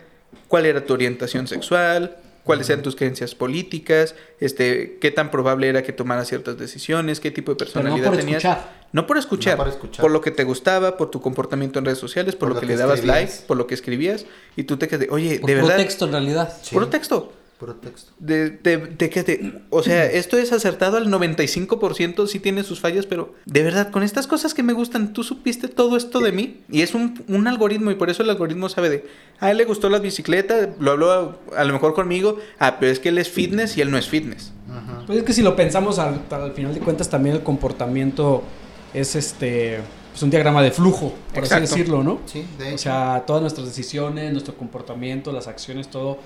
Speaker 1: cuál era tu orientación sexual, cuáles eran tus creencias políticas, este, qué tan probable era que tomaras ciertas decisiones, qué tipo de
Speaker 2: Pero no
Speaker 1: personalidad
Speaker 2: por
Speaker 1: tenías.
Speaker 2: escuchar.
Speaker 1: No por escuchar,
Speaker 3: No por escuchar.
Speaker 1: por lo que te gustaba, por tu comportamiento en redes sociales, por, lo, que, le dabas
Speaker 3: escribías.
Speaker 1: like, por lo que escribías, y tú te quedas de, oye,
Speaker 2: Por
Speaker 1: de
Speaker 2: puro
Speaker 1: verdad,
Speaker 2: texto en realidad.
Speaker 3: Sí.
Speaker 1: puro texto,
Speaker 3: Puro texto.
Speaker 1: de, de, de que te- o sea, esto es acertado al 95%, sí tiene sus fallas, pero de verdad, con estas cosas que me gustan, tú supiste todo esto de mí y es un, un algoritmo y por eso el algoritmo sabe de, a él le gustó las bicicletas, lo habló a, a lo mejor conmigo, ah, pero es que él es fitness y él no es fitness.
Speaker 3: Ajá.
Speaker 2: Pues es que si lo pensamos al, al final de cuentas también el comportamiento es este pues un diagrama de flujo, por
Speaker 1: Exacto.
Speaker 2: así decirlo, ¿no?
Speaker 3: Sí, de hecho.
Speaker 2: O sea, todas nuestras decisiones, nuestro comportamiento, las acciones, todo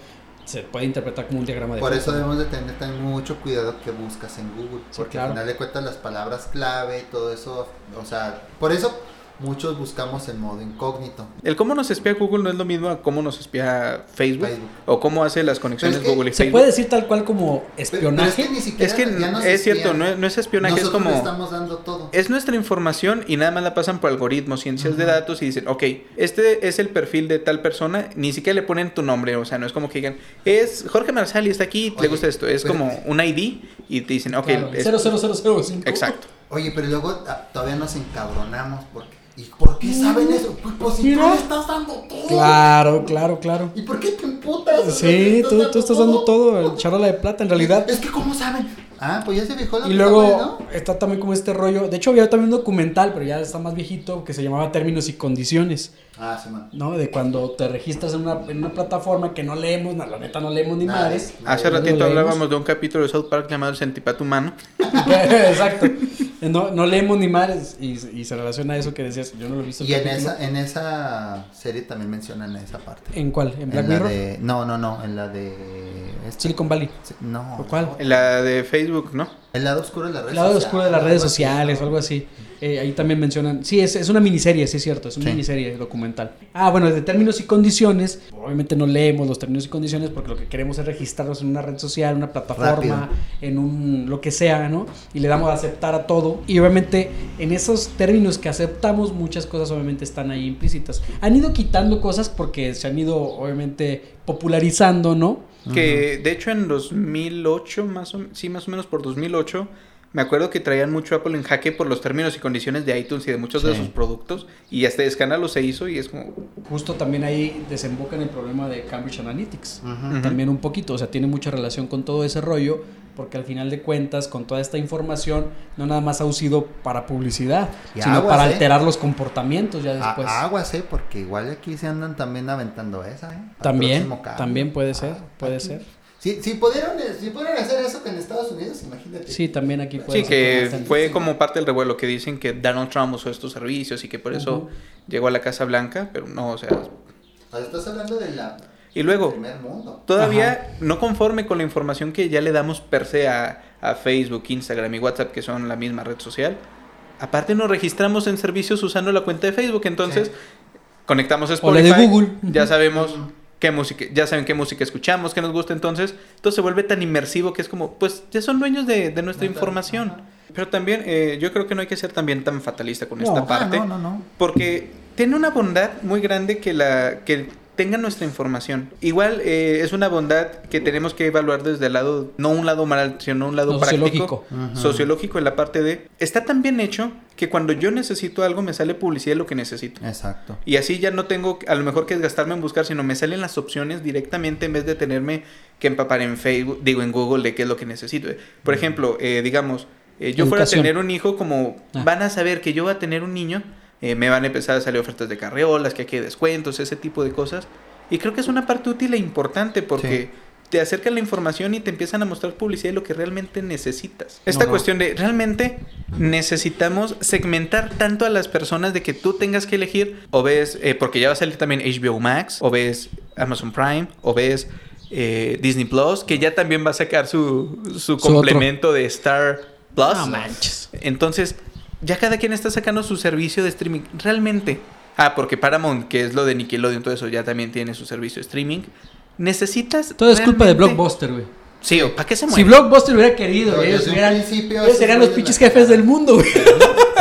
Speaker 2: se puede interpretar como un diagrama de
Speaker 3: Por
Speaker 2: flujo.
Speaker 3: eso debemos de tener también mucho cuidado que buscas en Google,
Speaker 2: Sí,
Speaker 3: porque
Speaker 2: claro.
Speaker 3: al final de cuentas las palabras clave, todo eso, o sea, por eso muchos buscamos en modo incógnito.
Speaker 1: El cómo nos espía Google no es lo mismo a cómo nos espía Facebook,
Speaker 3: Facebook.
Speaker 1: o cómo hace las conexiones
Speaker 3: Pero es que
Speaker 1: Google y
Speaker 2: Se
Speaker 1: Facebook.
Speaker 2: puede decir tal cual como
Speaker 3: Pe- pero
Speaker 2: espionaje.
Speaker 3: es que ni siquiera
Speaker 1: Es que
Speaker 3: ya nos
Speaker 1: es cierto,
Speaker 3: espían.
Speaker 1: no es, no es espionaje,
Speaker 3: Nosotros
Speaker 1: es como...
Speaker 3: le estamos dando todo.
Speaker 1: Es nuestra información y nada más la pasan por algoritmos, ciencias de datos y dicen, ok, este es el perfil de tal persona, ni siquiera le ponen tu nombre, o sea, no es como que digan, es Jorge Marsali, está aquí, le
Speaker 3: Oye,
Speaker 1: gusta esto, es
Speaker 3: pero-
Speaker 1: como un ID y te dicen, ok,
Speaker 2: pues, Claro,
Speaker 1: es-
Speaker 2: 00005.
Speaker 1: exacto.
Speaker 3: Oye, pero luego ah, todavía nos encabronamos porque ¿y por qué saben eso? Pues, pues, si tú
Speaker 2: Mira.
Speaker 3: le estás dando todo.
Speaker 2: Claro, claro, claro.
Speaker 3: ¿Y por qué te emputas?
Speaker 2: Sí, tú, tú estás dando todo, el charola de plata en realidad.
Speaker 3: Es que ¿cómo saben? Ah, pues ya se fijó la
Speaker 2: Y luego está también como este rollo. De hecho, había también un documental, pero ya está más viejito, que se llamaba Términos y Condiciones,
Speaker 3: Ah, sí, man.
Speaker 2: ¿no? De cuando te registras en una, en una plataforma que no leemos, na- la neta no leemos ni
Speaker 3: Nada.
Speaker 2: madres.
Speaker 1: Hace
Speaker 3: Luego
Speaker 2: lo
Speaker 1: ratito
Speaker 2: leemos.
Speaker 1: hablábamos de un capítulo de South Park llamado El Centipato Humano.
Speaker 2: Exacto. No, no leemos ni madres. Y, y se relaciona a eso que decías. Yo no lo he visto. el
Speaker 3: Y en
Speaker 2: capítulo.
Speaker 3: esa, en esa serie también mencionan esa parte.
Speaker 2: ¿En cuál? ¿En Black
Speaker 3: la
Speaker 2: Mirror?
Speaker 3: de- no, no, no, en la de... este-
Speaker 2: Silicon Valley.
Speaker 3: No.
Speaker 2: ¿O cuál?
Speaker 1: En La de Facebook, ¿no?
Speaker 3: El lado oscuro de las redes
Speaker 2: El lado
Speaker 3: sociales.
Speaker 2: oscuro de las redes
Speaker 3: algo así.
Speaker 2: sociales o algo así. Eh, ahí también mencionan. Sí, es, es una miniserie, sí es cierto. Es una
Speaker 3: Sí.
Speaker 2: miniserie documental. Ah, bueno, de términos y condiciones. Obviamente no leemos los términos y condiciones porque lo que queremos es registrarnos en una red social, una plataforma,
Speaker 3: Rápido.
Speaker 2: en un lo que sea, ¿no? Y le damos a aceptar a todo. Y obviamente en esos términos que aceptamos, muchas cosas obviamente están ahí implícitas. Han ido quitando cosas porque se han ido obviamente popularizando, ¿no?
Speaker 1: Que de hecho en 2008, más o, sí, más o menos por 2008, me acuerdo que traían mucho Apple en jaque por los términos y condiciones de iTunes y de muchos de
Speaker 3: Sí.
Speaker 1: sus productos. Y hasta escándalo se hizo y es como,
Speaker 2: Justo también ahí desemboca en el problema de Cambridge Analytics.
Speaker 3: Ujú.
Speaker 2: también un poquito, o sea, tiene mucha relación con todo ese rollo, porque al final de cuentas, con toda esta información, no nada más ha sido para publicidad,
Speaker 3: Y
Speaker 2: sino
Speaker 3: aguas,
Speaker 2: para
Speaker 3: ¿eh?
Speaker 2: alterar los comportamientos ya
Speaker 3: A-
Speaker 2: después.
Speaker 3: aguas, eh, porque igual aquí se andan también aventando esa, eh. Al
Speaker 2: también,
Speaker 3: próximo cambio.
Speaker 2: también puede ser,
Speaker 3: Ah,
Speaker 2: puede
Speaker 3: aquí.
Speaker 2: ser.
Speaker 3: Si, si, pudieron, eh, si pudieron hacer eso que en Estados Unidos, imagínate.
Speaker 2: Sí, también aquí puede
Speaker 1: Sí,
Speaker 2: ser.
Speaker 1: que
Speaker 2: bastante.
Speaker 1: fue como parte del revuelo que dicen que Donald Trump usó estos servicios y que por eso
Speaker 2: Ujú.
Speaker 1: llegó a la Casa Blanca, pero no, o sea...
Speaker 3: O sea, estás hablando de la
Speaker 1: Y luego,
Speaker 3: primer mundo.
Speaker 1: todavía no conforme con la información que ya le damos per se a, a Facebook, Instagram y WhatsApp, que son la misma red social, aparte nos registramos en servicios usando la cuenta de Facebook, entonces
Speaker 3: Sí.
Speaker 1: conectamos
Speaker 2: O la
Speaker 1: Spotify,
Speaker 2: de Google.
Speaker 1: ya sabemos...
Speaker 3: Ujú.
Speaker 1: Qué música, ya saben qué música escuchamos, qué nos gusta entonces. Todo se vuelve tan inmersivo que es como, pues ya son dueños de, de nuestra
Speaker 3: Neta,
Speaker 1: información.
Speaker 3: ajá.
Speaker 1: Pero también eh, yo creo que no hay que ser también tan fatalista con
Speaker 2: No,
Speaker 1: esta
Speaker 2: ah,
Speaker 1: parte.
Speaker 3: no, no, no.
Speaker 1: Porque tiene una bondad muy grande que la que tenga nuestra información. Igual eh, es una bondad que tenemos que evaluar desde el lado, no un lado moral, sino un lado
Speaker 2: Lo
Speaker 1: práctico,
Speaker 2: sociológico.
Speaker 4: Ajá.
Speaker 1: sociológico en la parte de, está tan bien hecho que cuando yo necesito algo me sale publicidad de lo que necesito.
Speaker 5: Exacto.
Speaker 1: Y así ya no tengo a lo mejor que gastarme en buscar, sino me salen las opciones directamente en vez de tenerme que empapar en Facebook, digo en Google de qué es lo que necesito. Por ejemplo, eh, digamos, eh, yo fuera a
Speaker 2: Mm. Educación.
Speaker 1: tener un hijo, como
Speaker 2: Ah.
Speaker 1: van a saber que yo voy a tener un niño, eh, me van a empezar a salir ofertas de carreolas, que aquí hay descuentos, ese tipo de cosas. Y creo que es una parte útil e importante porque
Speaker 5: Sí.
Speaker 1: te acercan la información y te empiezan a mostrar publicidad de lo que realmente necesitas. Esta
Speaker 5: no.
Speaker 1: cuestión de realmente necesitamos segmentar tanto a las personas de que tú tengas que elegir o ves, eh, porque ya va a salir también HBO Max, o ves Amazon Prime, o ves eh, Disney Plus, que ya también va a sacar su, su
Speaker 2: otro.
Speaker 1: complemento de Star Plus.
Speaker 2: No manches.
Speaker 1: Entonces, ya cada quien está sacando su servicio de streaming. Realmente. Ah, porque Paramount, que es lo de Nickelodeon, todo eso, ya también tiene su servicio de streaming. Necesitas.
Speaker 2: Todo es culpa de
Speaker 1: realmente-
Speaker 2: Blockbuster, güey.
Speaker 1: Sí, ¿para qué se
Speaker 2: Si
Speaker 1: mueve?
Speaker 2: Blockbuster hubiera querido,
Speaker 3: Pero
Speaker 2: güey, ellos
Speaker 3: desde un
Speaker 2: hubieran-
Speaker 3: principio
Speaker 2: ellos
Speaker 3: esos
Speaker 2: serían los
Speaker 3: güeyes
Speaker 2: pinches
Speaker 3: la-
Speaker 2: jefes del mundo, güey.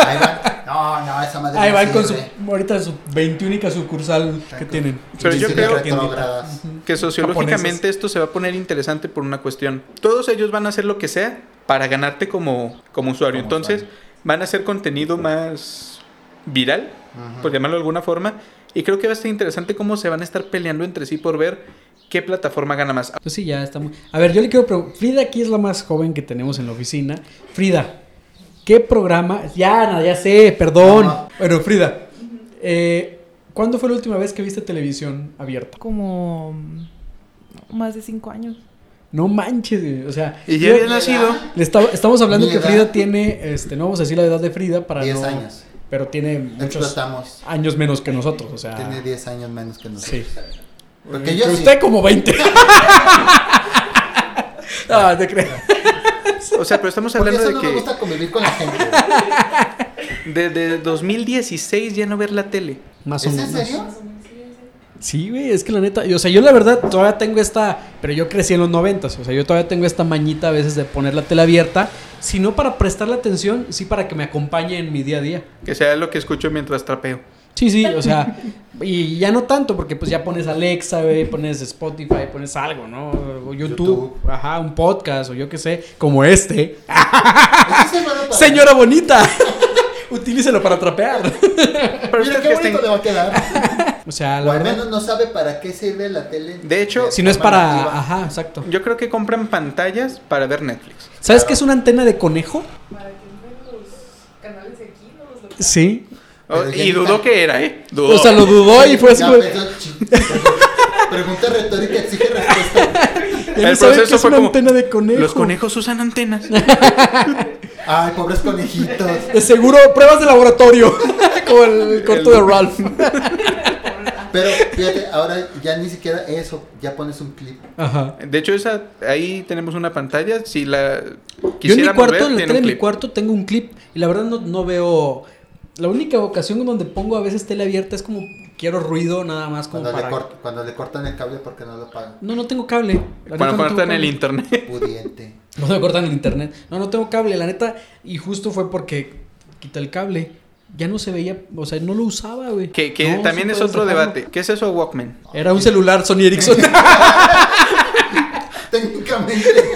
Speaker 3: Ahí van. No, no, esa madre. eh.
Speaker 2: Ahí
Speaker 3: no
Speaker 2: van con su,
Speaker 3: sirve.
Speaker 2: ahorita su 21 sucursal que tienen.
Speaker 1: Pero yo
Speaker 3: Sí,
Speaker 1: creo-
Speaker 3: retrógradas.
Speaker 1: que sociológicamente esto se va a poner interesante por una cuestión. Todos ellos van a hacer lo que sea para ganarte como, como usuario.
Speaker 5: Como
Speaker 1: Entonces, van a hacer contenido más viral, por llamarlo de alguna forma. Y creo que va a estar interesante cómo se van a estar peleando entre sí por ver qué plataforma gana más.
Speaker 2: Pues sí, ya está muy... A ver, yo le quiero preguntar... Frida aquí es la más joven que tenemos en la oficina. Frida, ¿qué programa... Ya, Ana, ya sé, perdón.
Speaker 3: Ajá.
Speaker 2: Bueno, Frida, eh, ¿cuándo fue la última vez que viste televisión abierta?
Speaker 6: Como mm, más de cinco años.
Speaker 2: No manches, güey, o sea...
Speaker 1: Y ya
Speaker 2: yo-
Speaker 1: había nacido.
Speaker 2: le estaba- estamos hablando
Speaker 3: Mi
Speaker 2: que
Speaker 3: edad.
Speaker 2: Frida tiene, este, no vamos a decir la edad de Frida para
Speaker 3: 10
Speaker 2: no...
Speaker 3: años.
Speaker 2: Pero tiene muchos
Speaker 3: Explotamos.
Speaker 2: años menos que nosotros, o sea...
Speaker 3: Tiene 10 años menos que nosotros.
Speaker 2: Sí.
Speaker 3: Porque yo
Speaker 2: Pero
Speaker 3: sí.
Speaker 2: usted como 20. no, te creo.
Speaker 1: O sea, pero estamos
Speaker 3: Porque
Speaker 1: hablando
Speaker 3: eso
Speaker 1: de
Speaker 3: no me
Speaker 1: que
Speaker 3: gusta convivir con la gente.
Speaker 1: desde 2016 ya no ver la tele.
Speaker 2: Más
Speaker 3: ¿Es
Speaker 2: o
Speaker 3: en
Speaker 2: menos.
Speaker 3: serio?
Speaker 2: Sí, güey, es que la neta, y, o sea, yo la verdad todavía tengo esta, pero yo crecí en los noventas, o sea, yo todavía tengo esta mañita a veces de poner la tela abierta, si no para prestarle atención, sí para que me acompañe en mi día a día.
Speaker 1: Que sea lo que escucho mientras trapeo.
Speaker 2: Sí, sí, o sea, y ya no tanto, porque pues ya pones Alexa, güey, pones Spotify, pones algo, ¿no? O YouTube,
Speaker 3: YouTube.
Speaker 2: ajá, un podcast, o yo qué sé, como este.
Speaker 3: Eso es bueno para-
Speaker 2: Señora bonita, utilícelo para trapear.
Speaker 1: Pero
Speaker 3: Mira
Speaker 1: usted
Speaker 3: qué
Speaker 1: que
Speaker 3: bonito
Speaker 1: está en-
Speaker 3: le va a quedar.
Speaker 2: O sea,
Speaker 3: O
Speaker 2: la
Speaker 3: al
Speaker 2: verdad,
Speaker 3: menos no sabe para qué sirve la tele.
Speaker 1: De hecho,
Speaker 2: si no es
Speaker 3: formativa.
Speaker 2: para, ajá, exacto.
Speaker 1: Yo creo que compran pantallas para ver Netflix.
Speaker 2: ¿Sabes qué es una antena de conejo?
Speaker 6: Para que vean los canales de aquí, no los locales.
Speaker 2: Sí.
Speaker 1: Oh,
Speaker 3: Pero ya
Speaker 1: y
Speaker 3: ni
Speaker 1: dudó
Speaker 3: tan-
Speaker 1: que era, ¿eh? Dudó.
Speaker 2: O sea, lo dudó y fue así.
Speaker 3: Ya,
Speaker 2: como-
Speaker 1: pues,
Speaker 3: pero- Pregunta retórica exige respuesta.
Speaker 2: Ya ni
Speaker 1: El
Speaker 2: sabe qué
Speaker 1: proceso
Speaker 2: es
Speaker 1: fue
Speaker 2: una
Speaker 1: como,
Speaker 2: antena de conejo.
Speaker 1: Los conejos usan antenas.
Speaker 3: Ay, pobres conejitos.
Speaker 2: De seguro, pruebas de laboratorio. como el corto de Ralph.
Speaker 3: Pero fíjate, ahora ya ni siquiera eso, ya pones un clip.
Speaker 2: Ajá.
Speaker 1: De hecho, esa ahí tenemos una pantalla. Si la
Speaker 2: Yo en mi
Speaker 1: quisiera
Speaker 2: cuarto,
Speaker 1: mover,
Speaker 2: en la
Speaker 1: tiene
Speaker 2: tele
Speaker 1: un
Speaker 2: de mi
Speaker 1: clip.
Speaker 2: cuarto tengo un clip. Y la verdad no, no veo. La única ocasión en donde pongo a veces tele abierta es como quiero ruido nada más como
Speaker 3: Cuando, le,
Speaker 2: para.
Speaker 3: cort- cuando le cortan el cable porque no lo pagan.
Speaker 2: No, no tengo cable. La neta,
Speaker 1: Cuando
Speaker 2: no tengo
Speaker 1: cortan el
Speaker 2: cable.
Speaker 1: internet.
Speaker 3: Pudiente.
Speaker 2: No me cortan el internet. No, no tengo cable, la neta. Y justo fue porque quité el cable. Ya no se veía, o sea, no lo usaba, güey.
Speaker 1: Que, que
Speaker 2: No,
Speaker 1: también
Speaker 2: sí
Speaker 1: es
Speaker 2: puedes
Speaker 1: otro
Speaker 2: dejarlo.
Speaker 1: debate. ¿Qué es eso, Walkman?
Speaker 2: Era un celular Sony Ericsson.
Speaker 3: Técnicamente.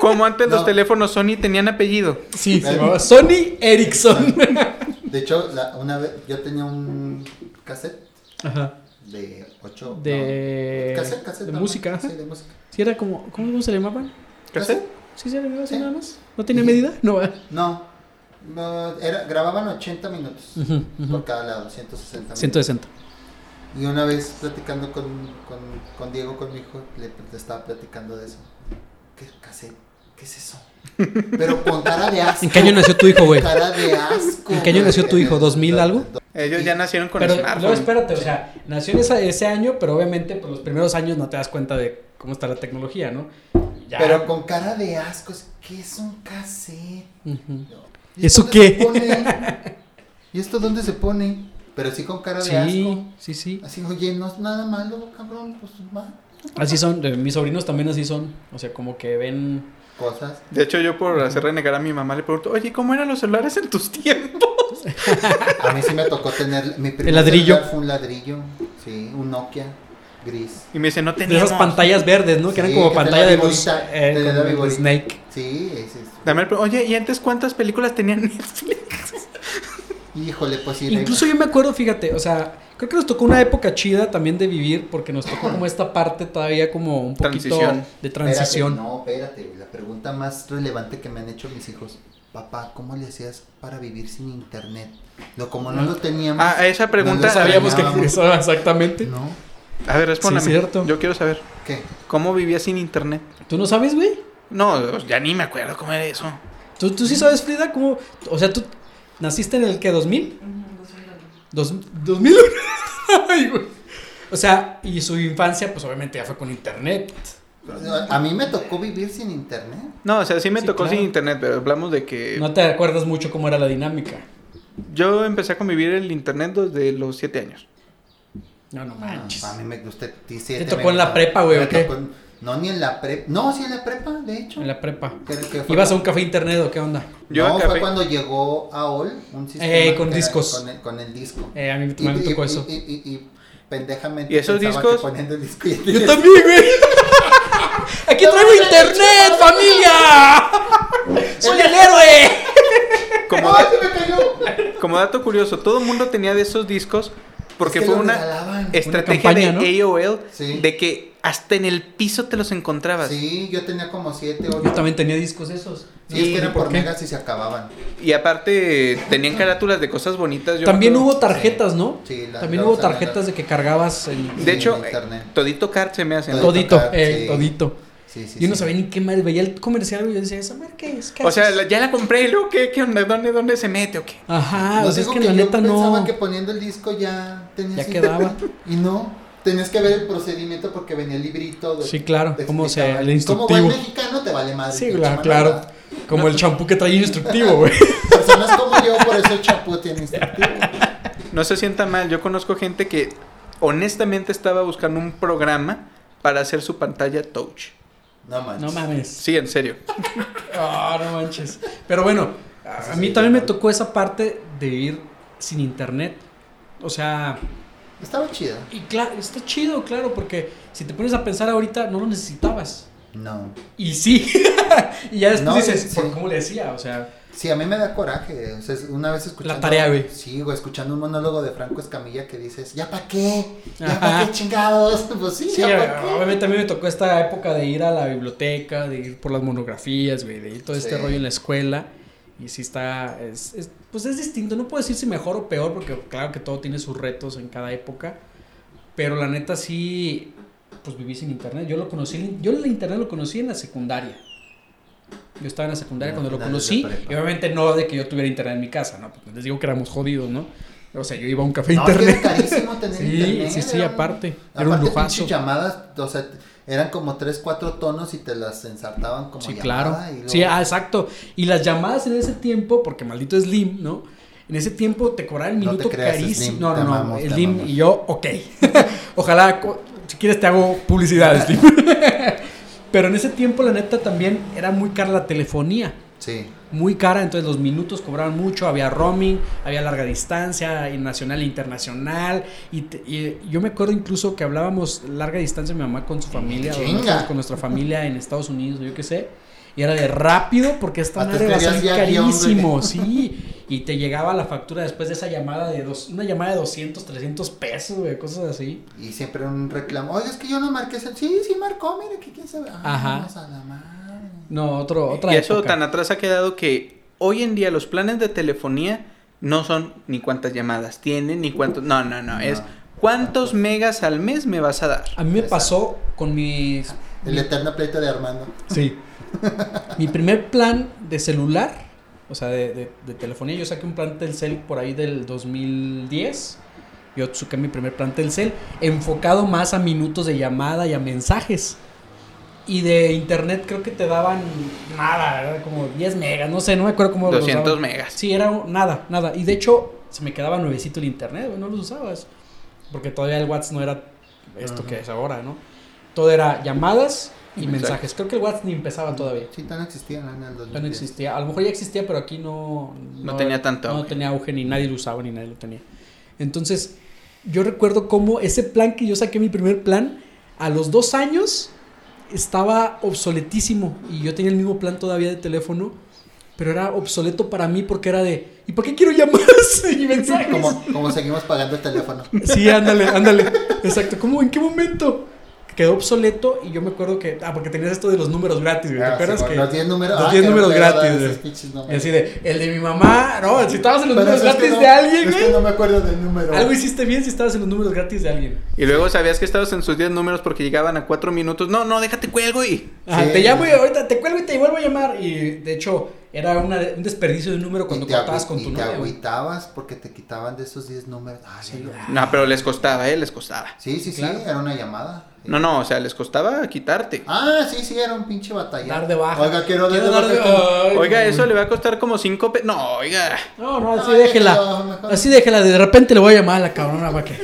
Speaker 1: Como antes los
Speaker 3: No.
Speaker 1: teléfonos Sony tenían apellido.
Speaker 2: sí, se llamaba Sony Ericsson.
Speaker 3: De hecho, la- una vez yo tenía un cassette
Speaker 2: Ajá.
Speaker 3: de 8.
Speaker 2: De,
Speaker 3: cassette, cassette,
Speaker 2: de
Speaker 3: normal.
Speaker 2: música. ajá.
Speaker 3: Sí, de música.
Speaker 2: Sí, era como. ¿Cómo, cómo se le llamaban?
Speaker 1: ¿Cassette?
Speaker 2: Sí, se le llamaba así
Speaker 3: Sí.
Speaker 2: nada más. ¿No tenía medida? No. ¿verdad?
Speaker 3: No. no, era, grababan 80 minutos
Speaker 2: Ujú,
Speaker 3: por
Speaker 2: ujú.
Speaker 3: cada lado, 160 minutos.
Speaker 2: 160.
Speaker 3: Y una vez platicando con, con, con Diego, con mi hijo, le, le estaba platicando de eso. ¿Qué cassette? ¿Qué es eso? Pero con cara de asco.
Speaker 2: ¿En qué año nació tu hijo, güey?
Speaker 3: Cara de asco.
Speaker 2: ¿En qué año
Speaker 3: güey.
Speaker 2: nació tu hijo? ¿2000 algo?
Speaker 1: Ellos ya nacieron con
Speaker 2: Pero no,
Speaker 1: smartphone.
Speaker 2: espérate, o sea, nació en esa- ese año, pero obviamente por los primeros años no te das cuenta de cómo está la tecnología, ¿no? Ya.
Speaker 3: Pero con cara de asco. es, ¿Qué es un cassette?
Speaker 2: Ujú.
Speaker 3: No.
Speaker 2: ¿Eso
Speaker 3: dónde
Speaker 2: qué?
Speaker 3: se pone? ¿Y esto dónde se pone? Pero sí con cara de asco.
Speaker 2: Sí, sí, sí.
Speaker 3: Así, oye, no es nada malo, cabrón, pues va.
Speaker 2: Así son, eh, mis sobrinos también así son. O sea, como que ven
Speaker 3: cosas.
Speaker 1: De hecho, yo por hacer renegar a mi mamá le pregunto, oye, ¿cómo eran los celulares en tus tiempos?
Speaker 3: A mí sí me tocó tener. Mi primer
Speaker 5: ladrillo.
Speaker 3: celular Fue un ladrillo, sí, un Nokia gris.
Speaker 1: Y me dice, no
Speaker 5: De
Speaker 1: teníamos.
Speaker 5: esas pantallas verdes, ¿no? Que eran
Speaker 3: Sí,
Speaker 5: como
Speaker 3: que te
Speaker 5: pantalla
Speaker 3: da
Speaker 5: de luz.
Speaker 3: viborita,
Speaker 5: eh,
Speaker 3: te da
Speaker 5: como
Speaker 3: viborita.
Speaker 5: Snake.
Speaker 3: Sí, ese es.
Speaker 1: Dame el pre- Oye, ¿y antes cuántas películas tenían Netflix?
Speaker 3: Híjole, pues sí.
Speaker 2: Incluso yo me acuerdo, fíjate, o sea, creo que nos tocó una época chida también de vivir, porque nos tocó como esta parte todavía como un poquito
Speaker 1: Transición.
Speaker 2: de
Speaker 3: Espérate,
Speaker 2: transición.
Speaker 3: no, espérate, güey, la pregunta más relevante que me han hecho mis hijos. Papá, ¿cómo le hacías para vivir sin internet? No, como no lo teníamos.
Speaker 1: Ah, a esa pregunta-
Speaker 3: lo
Speaker 2: Sabíamos que
Speaker 3: extrañábamos.
Speaker 2: eso exactamente.
Speaker 3: ¿No?
Speaker 1: A ver, respóndame.
Speaker 2: Sí, cierto.
Speaker 1: Yo quiero saber,
Speaker 3: ¿Qué?
Speaker 1: ¿cómo vivía sin internet?
Speaker 2: ¿Tú no sabes, güey?
Speaker 1: No, pues, ya ni me acuerdo cómo era eso.
Speaker 2: ¿Tú, tú sí sabes, Frida, cómo. O sea, tú naciste en el que, 2000?
Speaker 6: Ujú, los soldados.
Speaker 2: ¿Dos, 2001. Ay, güey. O sea, y su infancia, pues obviamente ya fue con internet.
Speaker 3: A mí me tocó vivir sin internet.
Speaker 1: No, o sea, sí me
Speaker 2: Sí,
Speaker 1: tocó
Speaker 2: claro.
Speaker 1: sin internet, pero hablamos de
Speaker 3: Eh.
Speaker 1: que
Speaker 2: No te acuerdas mucho cómo era la dinámica.
Speaker 1: yo empecé a convivir el internet desde los 7 años.
Speaker 2: No, no manches.
Speaker 3: A mí me usted diecisiete
Speaker 2: ¿Te tocó
Speaker 3: me-
Speaker 2: en la prepa, güey,
Speaker 3: me
Speaker 2: o qué?
Speaker 3: tocó en- No, ni en la prepa. No, sí en la prepa, de hecho.
Speaker 2: En la prepa.
Speaker 3: Que- que fue-
Speaker 2: ¿Ibas a un café internet o qué onda?
Speaker 1: Yo
Speaker 3: no,
Speaker 1: a
Speaker 3: fue
Speaker 1: café-
Speaker 3: cuando llegó AOL, un sistema
Speaker 2: Eh, con
Speaker 3: que era
Speaker 2: discos.
Speaker 3: Con el, con el disco.
Speaker 2: Eh, a mí también me tocó eso.
Speaker 3: Y, y- y pendejamente.
Speaker 1: ¿Y esos
Speaker 3: pensaba
Speaker 1: discos?
Speaker 3: que poniendo el disco y el
Speaker 2: Yo también, güey. Aquí traigo internet, familia. Soy el héroe.
Speaker 1: Como,
Speaker 3: ¡Ay,
Speaker 1: da-
Speaker 3: se me cayó!
Speaker 1: como dato curioso, todo el mundo tenía de esos discos porque
Speaker 3: Es que
Speaker 1: fue
Speaker 3: lo
Speaker 1: una
Speaker 3: regalaban.
Speaker 1: estrategia
Speaker 2: campaña, ¿no?
Speaker 1: de AOL
Speaker 3: Sí.
Speaker 1: de que hasta en el piso te los encontrabas.
Speaker 3: Sí, yo tenía como siete,
Speaker 2: Yo
Speaker 3: ocho.
Speaker 2: también tenía discos esos.
Speaker 3: Sí, es que eran
Speaker 2: ¿Por
Speaker 3: por
Speaker 2: qué?
Speaker 3: megas y se acababan.
Speaker 1: Y aparte tenían carátulas de cosas bonitas. yo
Speaker 2: También
Speaker 1: me acuerdo.
Speaker 2: hubo tarjetas, ¿no?
Speaker 3: Sí, la-
Speaker 2: También
Speaker 3: la
Speaker 2: hubo
Speaker 3: usaban
Speaker 2: tarjetas
Speaker 3: las-
Speaker 2: de que cargabas el
Speaker 1: De
Speaker 3: Sí,
Speaker 1: hecho,
Speaker 3: en internet.
Speaker 1: eh, todito card se me hace. ¿no?
Speaker 3: Todo-
Speaker 2: todito,
Speaker 3: tocar,
Speaker 2: eh,
Speaker 3: sí.
Speaker 2: todito.
Speaker 3: Sí, sí,
Speaker 2: yo no
Speaker 3: sí.
Speaker 2: sabía ni qué madre, veía el comercial y yo decía, ¿esa marca qué es? ¿Qué
Speaker 1: O sea,
Speaker 2: haces?".
Speaker 1: la- ya la compré y luego, ¿qué, qué onda? ¿Dónde, ¿Dónde se mete o qué?
Speaker 2: Ajá,
Speaker 3: No
Speaker 2: o sea, Ah, es
Speaker 3: digo
Speaker 2: que, la
Speaker 3: yo
Speaker 2: neta
Speaker 3: pensaba
Speaker 2: no.
Speaker 3: que poniendo el disco ya tenías
Speaker 2: Ya
Speaker 3: internet.
Speaker 2: quedaba.
Speaker 3: Y no, tenías que ver el procedimiento porque venía el librito. de-
Speaker 2: Sí, claro,
Speaker 3: te
Speaker 2: cómo se-
Speaker 3: explicaba.
Speaker 2: el
Speaker 3: Como buen
Speaker 2: instructivo.
Speaker 3: mexicano te vale madre.
Speaker 2: Sí,
Speaker 3: pinche
Speaker 2: claro,
Speaker 3: mamada.
Speaker 2: claro. Como el champú que trae instructivo, güey.
Speaker 3: Personas como yo, por eso el chapu tiene instructivo.
Speaker 1: No se sienta mal, yo conozco gente que honestamente estaba buscando un programa para hacer su pantalla touch.
Speaker 3: No manches.
Speaker 2: No mames.
Speaker 1: Sí, en serio.
Speaker 2: Ah, no manches. Pero bueno, a a mí también me tocó esa parte de vivir sin internet. O sea,
Speaker 3: Estaba chida.
Speaker 2: y claro, está chido, claro, porque si te pones a pensar ahorita, no lo necesitabas.
Speaker 3: No.
Speaker 2: Y sí. y ya después
Speaker 3: No,
Speaker 2: dices,
Speaker 3: sí.
Speaker 2: "¿Por ¿cómo le decía? O sea,
Speaker 3: Sí, a mí me da coraje. O sea, es- una vez escuchando.
Speaker 2: La tarea, güey.
Speaker 3: Sí, güey, escuchando un monólogo de Franco Escamilla que dices, ¿ya pa' qué? ¿Ya
Speaker 2: Ajá.
Speaker 3: pa' qué chingados? Pues sí,
Speaker 2: sí,
Speaker 3: ya pa' qué.
Speaker 2: obviamente a mí me tocó esta época de ir a la biblioteca, de ir por las monografías, güey, de ir todo este
Speaker 3: Sí.
Speaker 2: rollo en la escuela. Y sí está, es- es- pues es distinto, no puedo decir si mejor o peor, porque claro que todo tiene sus retos en cada época. Pero la neta sí, pues viví sin internet. Yo lo conocí, yo el internet lo conocí en la secundaria. Yo estaba en la secundaria
Speaker 3: No,
Speaker 2: cuando lo
Speaker 3: finales de
Speaker 2: conocí.
Speaker 3: prepa.
Speaker 2: Y obviamente no de que yo tuviera internet en mi casa, ¿no? Pues les digo que éramos jodidos, ¿no? O sea, yo iba a un café
Speaker 3: No, es que
Speaker 2: internet.
Speaker 3: era carísimo tener
Speaker 2: Sí,
Speaker 3: internet.
Speaker 2: sí, sí,
Speaker 3: era un-
Speaker 2: aparte, era un
Speaker 3: Aparte,
Speaker 2: lujazo.
Speaker 3: pinches llamadas, o sea, eran como tres, cuatro tonos y te las ensartaban como
Speaker 2: Sí, claro.
Speaker 3: llamada y luego-
Speaker 2: Sí, ah, exacto. Y las llamadas en ese tiempo, porque maldito Slim, ¿no? En ese tiempo te cobraban el
Speaker 3: No te
Speaker 2: minuto
Speaker 3: creas,
Speaker 2: carísimo.
Speaker 3: Slim,
Speaker 2: no,
Speaker 3: te
Speaker 2: no, no.
Speaker 3: amamos, te
Speaker 2: Slim
Speaker 3: amamos.
Speaker 2: y yo, ok. Ojalá, co- si quieres, te hago publicidad, Slim. Pero en ese tiempo, la neta, también era muy cara la telefonía.
Speaker 3: Sí.
Speaker 2: Muy cara, entonces los minutos cobraban mucho. Había roaming, había larga distancia, y nacional e internacional. Y, te- y eh, yo me acuerdo incluso que hablábamos larga distancia mi mamá con su familia, o
Speaker 3: Chinga.
Speaker 2: nosotros con nuestra familia en Estados Unidos, o yo qué sé. Y era de rápido porque esta
Speaker 3: Hasta
Speaker 2: madre va a
Speaker 3: escribías
Speaker 2: salir
Speaker 3: ya guión,
Speaker 2: carísimo,
Speaker 3: güey.
Speaker 2: sí. Y te llegaba la factura después de esa llamada de dos, una llamada de 200, 300 pesos, güey, cosas así.
Speaker 3: Y siempre un reclamo. Oye, es que yo no marqué ese. Sí, sí marcó, mire, que quién sabe. Ah,
Speaker 2: Ajá.
Speaker 3: vamos a la madre.
Speaker 2: No, otro, otra
Speaker 1: y eso
Speaker 2: época.
Speaker 1: tan atrás ha quedado que hoy en día los planes de telefonía no son ni cuántas llamadas tienen, ni cuántos... No, no, no, es cuántos megas al mes me vas a dar.
Speaker 2: A mí me pasó con mis
Speaker 3: El eterno pleito de Armando.
Speaker 2: Sí. Mi primer plan de celular, o sea, de, de- de telefonía, yo saqué un plan Telcel por ahí del 2010. Yo saqué mi primer plan Telcel, enfocado más a minutos de llamada y a mensajes. Y de internet creo que te daban nada, era como 10 megas, no sé, no me acuerdo cómo los
Speaker 1: 200
Speaker 2: daban.
Speaker 1: megas.
Speaker 2: Sí, era un- nada, nada. Y de hecho, se me quedaba nuevecito el internet, güey, no los usabas. Porque todavía el WhatsApp no era esto que es ahora, ¿no? Todo era llamadas, y mensajes. Creo que el WhatsApp ni empezaba Ah, todavía.
Speaker 3: Sí, tan existía ¿no? en el 2010.
Speaker 2: Ya no existía. A lo mejor ya existía, pero aquí no.
Speaker 1: No tenía tanto
Speaker 2: No
Speaker 1: auge.
Speaker 2: tenía auge, ni nadie lo usaba, ni nadie lo tenía. Entonces, yo recuerdo cómo ese plan que yo saqué, mi primer plan, a los dos años estaba obsoletísimo. Y yo tenía el mismo plan todavía de teléfono, pero era obsoleto para mí porque era de. ¿Y por qué quiero llamadas y mensajes?
Speaker 3: Como, como seguimos pagando el teléfono.
Speaker 2: Sí, ándale, ándale. Exacto. ¿Cómo? ¿En qué momento? Quedó obsoleto y yo me acuerdo que. Ah, porque tenías esto de los números gratis, güey. ¿Te acuerdas
Speaker 3: Ah, Sí,
Speaker 2: que.?
Speaker 3: Los 10 números,
Speaker 2: los
Speaker 3: ah,
Speaker 2: 10
Speaker 3: qué
Speaker 2: números
Speaker 3: pedo,
Speaker 2: gratis,
Speaker 3: esos
Speaker 2: güey.
Speaker 3: pinches
Speaker 2: Y
Speaker 3: números.
Speaker 2: así de, el de mi mamá. No, si estabas en los
Speaker 3: Pero
Speaker 2: números
Speaker 3: es que
Speaker 2: gratis
Speaker 3: no-
Speaker 2: de alguien,
Speaker 3: es
Speaker 2: güey.
Speaker 3: que no me acuerdo del número.
Speaker 2: Algo hiciste bien si estabas en los números gratis de alguien.
Speaker 1: Y luego sabías que estabas en sus 10 números porque llegaban a 4 minutos. No, no, déjate cuelgo y.
Speaker 2: Ajá,
Speaker 3: Sí.
Speaker 2: te llamo y ahorita te cuelgo y te vuelvo a llamar. Y de hecho, era una- un desperdicio de un número cuando
Speaker 3: Y te agü-
Speaker 2: cortabas con
Speaker 3: y
Speaker 2: tu
Speaker 3: te
Speaker 2: novia. güey.
Speaker 3: agüitabas porque te quitaban de esos 10 números. Ah, ya lo-
Speaker 1: No, pero les costaba, ¿eh? Les costaba.
Speaker 3: Sí, sí, sí,
Speaker 2: Claro.
Speaker 3: era una llamada.
Speaker 1: No, no, o sea, les costaba quitarte.
Speaker 3: Ah, sí, sí, era un pinche batallón.
Speaker 2: Dar de baja.
Speaker 3: Oiga, quiero, dar
Speaker 2: dar
Speaker 3: de
Speaker 2: de-
Speaker 3: baja. esto.
Speaker 2: Ay,
Speaker 1: Oiga,
Speaker 2: güey.
Speaker 1: eso le va a costar como 5 pe... No, oiga.
Speaker 2: No, no, así
Speaker 3: Ay,
Speaker 2: déjela.
Speaker 3: no, mejor.
Speaker 2: Así déjela. De repente le voy a llamar a la cabrona para que.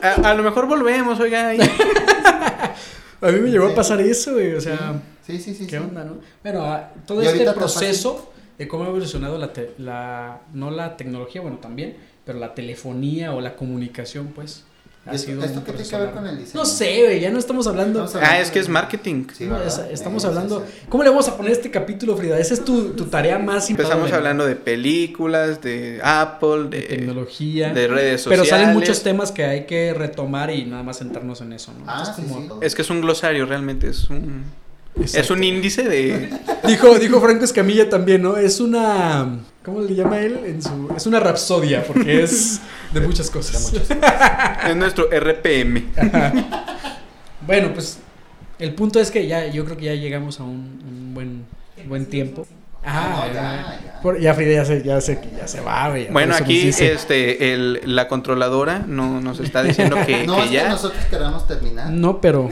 Speaker 1: A, a lo mejor volvemos, oiga. y-
Speaker 2: A mí me llegó a
Speaker 3: Sí.
Speaker 2: pasar eso, güey. O sea.
Speaker 3: Sí, sí, sí.
Speaker 2: ¿Qué
Speaker 3: sí.
Speaker 2: onda, no? Bueno, ah,
Speaker 3: Y
Speaker 2: todo este
Speaker 3: ahorita tan
Speaker 2: proceso de cómo ha evolucionado la, te- la- no la tecnología, bueno, también, pero la telefonía o la comunicación, pues, ha
Speaker 3: ¿Y esto-
Speaker 2: sido
Speaker 3: esto
Speaker 2: un
Speaker 3: qué tiene
Speaker 2: proceso
Speaker 3: que ver
Speaker 2: largo.
Speaker 3: con el diseño?
Speaker 2: No sé, güey, ya no estamos hablando...
Speaker 3: Vamos a-
Speaker 1: Ah, es que es marketing.
Speaker 3: Sí, ¿verdad?
Speaker 2: Es- estamos
Speaker 3: Sí, sí,
Speaker 2: hablando...
Speaker 3: sí.
Speaker 2: ¿Cómo le vamos a poner este capítulo, Frida? Esa es tu, tu tarea más importante.
Speaker 1: Empezamos hablando de películas, de Apple, de,
Speaker 2: de tecnología.
Speaker 1: de redes
Speaker 2: pero
Speaker 1: sociales.
Speaker 2: salen muchos temas que hay que retomar y nada más centrarnos en eso, ¿no?
Speaker 3: Ah,
Speaker 2: Entonces,
Speaker 3: sí,
Speaker 2: como-
Speaker 3: sí.
Speaker 1: Es que es un glosario, realmente. Es un, es
Speaker 2: Exacto.
Speaker 1: un índice de.
Speaker 2: Dijo, dijo Franco Escamilla también, ¿no? Es una. ¿Cómo le llama él? En su, es una rapsodia, porque es de muchas cosas.
Speaker 1: es nuestro RPM.
Speaker 2: bueno, pues el punto es que ya, yo creo que ya llegamos a un, un buen, buen tiempo. Ah,
Speaker 3: Ah, no, ya, ya.
Speaker 4: Por- ya Frida ya se, ya se, ya se va, güey. ya
Speaker 1: Bueno,
Speaker 4: por eso
Speaker 1: aquí
Speaker 4: nos dice.
Speaker 1: este, el, la controladora no, nos está diciendo que,
Speaker 3: No,
Speaker 1: que
Speaker 3: es que
Speaker 1: ya.
Speaker 3: nosotros queramos terminar.
Speaker 2: No, pero.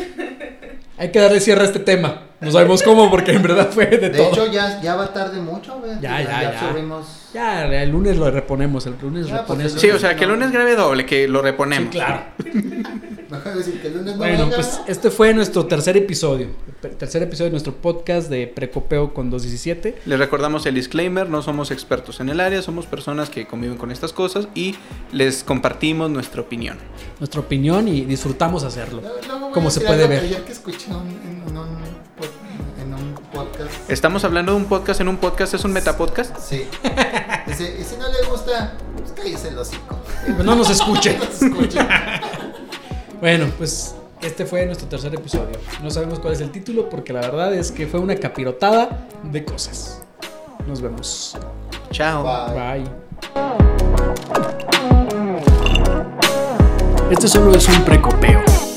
Speaker 2: Hay que darle cierre a este tema. No sabemos cómo, porque en verdad fue de,
Speaker 3: de
Speaker 2: todo.
Speaker 3: hecho, ya, ya va tarde mucho, güey.
Speaker 2: Ya, ya, ya.
Speaker 3: subimos.
Speaker 2: ya, el lunes lo reponemos. El lunes
Speaker 3: Ya, pues,
Speaker 2: repones.
Speaker 1: Sí, o sea, que el lunes grabe doble, que lo
Speaker 2: Sí,
Speaker 1: reponemos.
Speaker 2: claro.
Speaker 3: Mejor decir que el lunes no
Speaker 2: Bueno,
Speaker 3: venga,
Speaker 2: pues
Speaker 3: ¿no?
Speaker 2: este fue nuestro tercer episodio. El tercer episodio de nuestro podcast de Precopeo con 217.
Speaker 1: Les recordamos el disclaimer, no somos expertos en el área, somos personas que conviven con estas cosas y les compartimos nuestra opinión.
Speaker 2: nuestra opinión y disfrutamos hacerlo.
Speaker 3: Luego- luego voy a
Speaker 2: Como se
Speaker 3: decir
Speaker 2: puede
Speaker 3: algo que
Speaker 2: ver.
Speaker 3: Ayer que escuché un- en, en un, pod- en un podcast.
Speaker 1: Estamos hablando de un podcast en un podcast, es un metapodcast.
Speaker 3: Sí. Dice, y si no le gusta, pues cállese el hocico.
Speaker 2: Pues No nos escuche.
Speaker 3: No se escuche.
Speaker 2: Bueno, pues este fue nuestro tercer episodio. No sabemos cuál es el título porque la verdad es que fue una capirotada de cosas. Nos vemos.
Speaker 1: Chao.
Speaker 3: Bye.
Speaker 2: Bye. Este solo es un precopeo.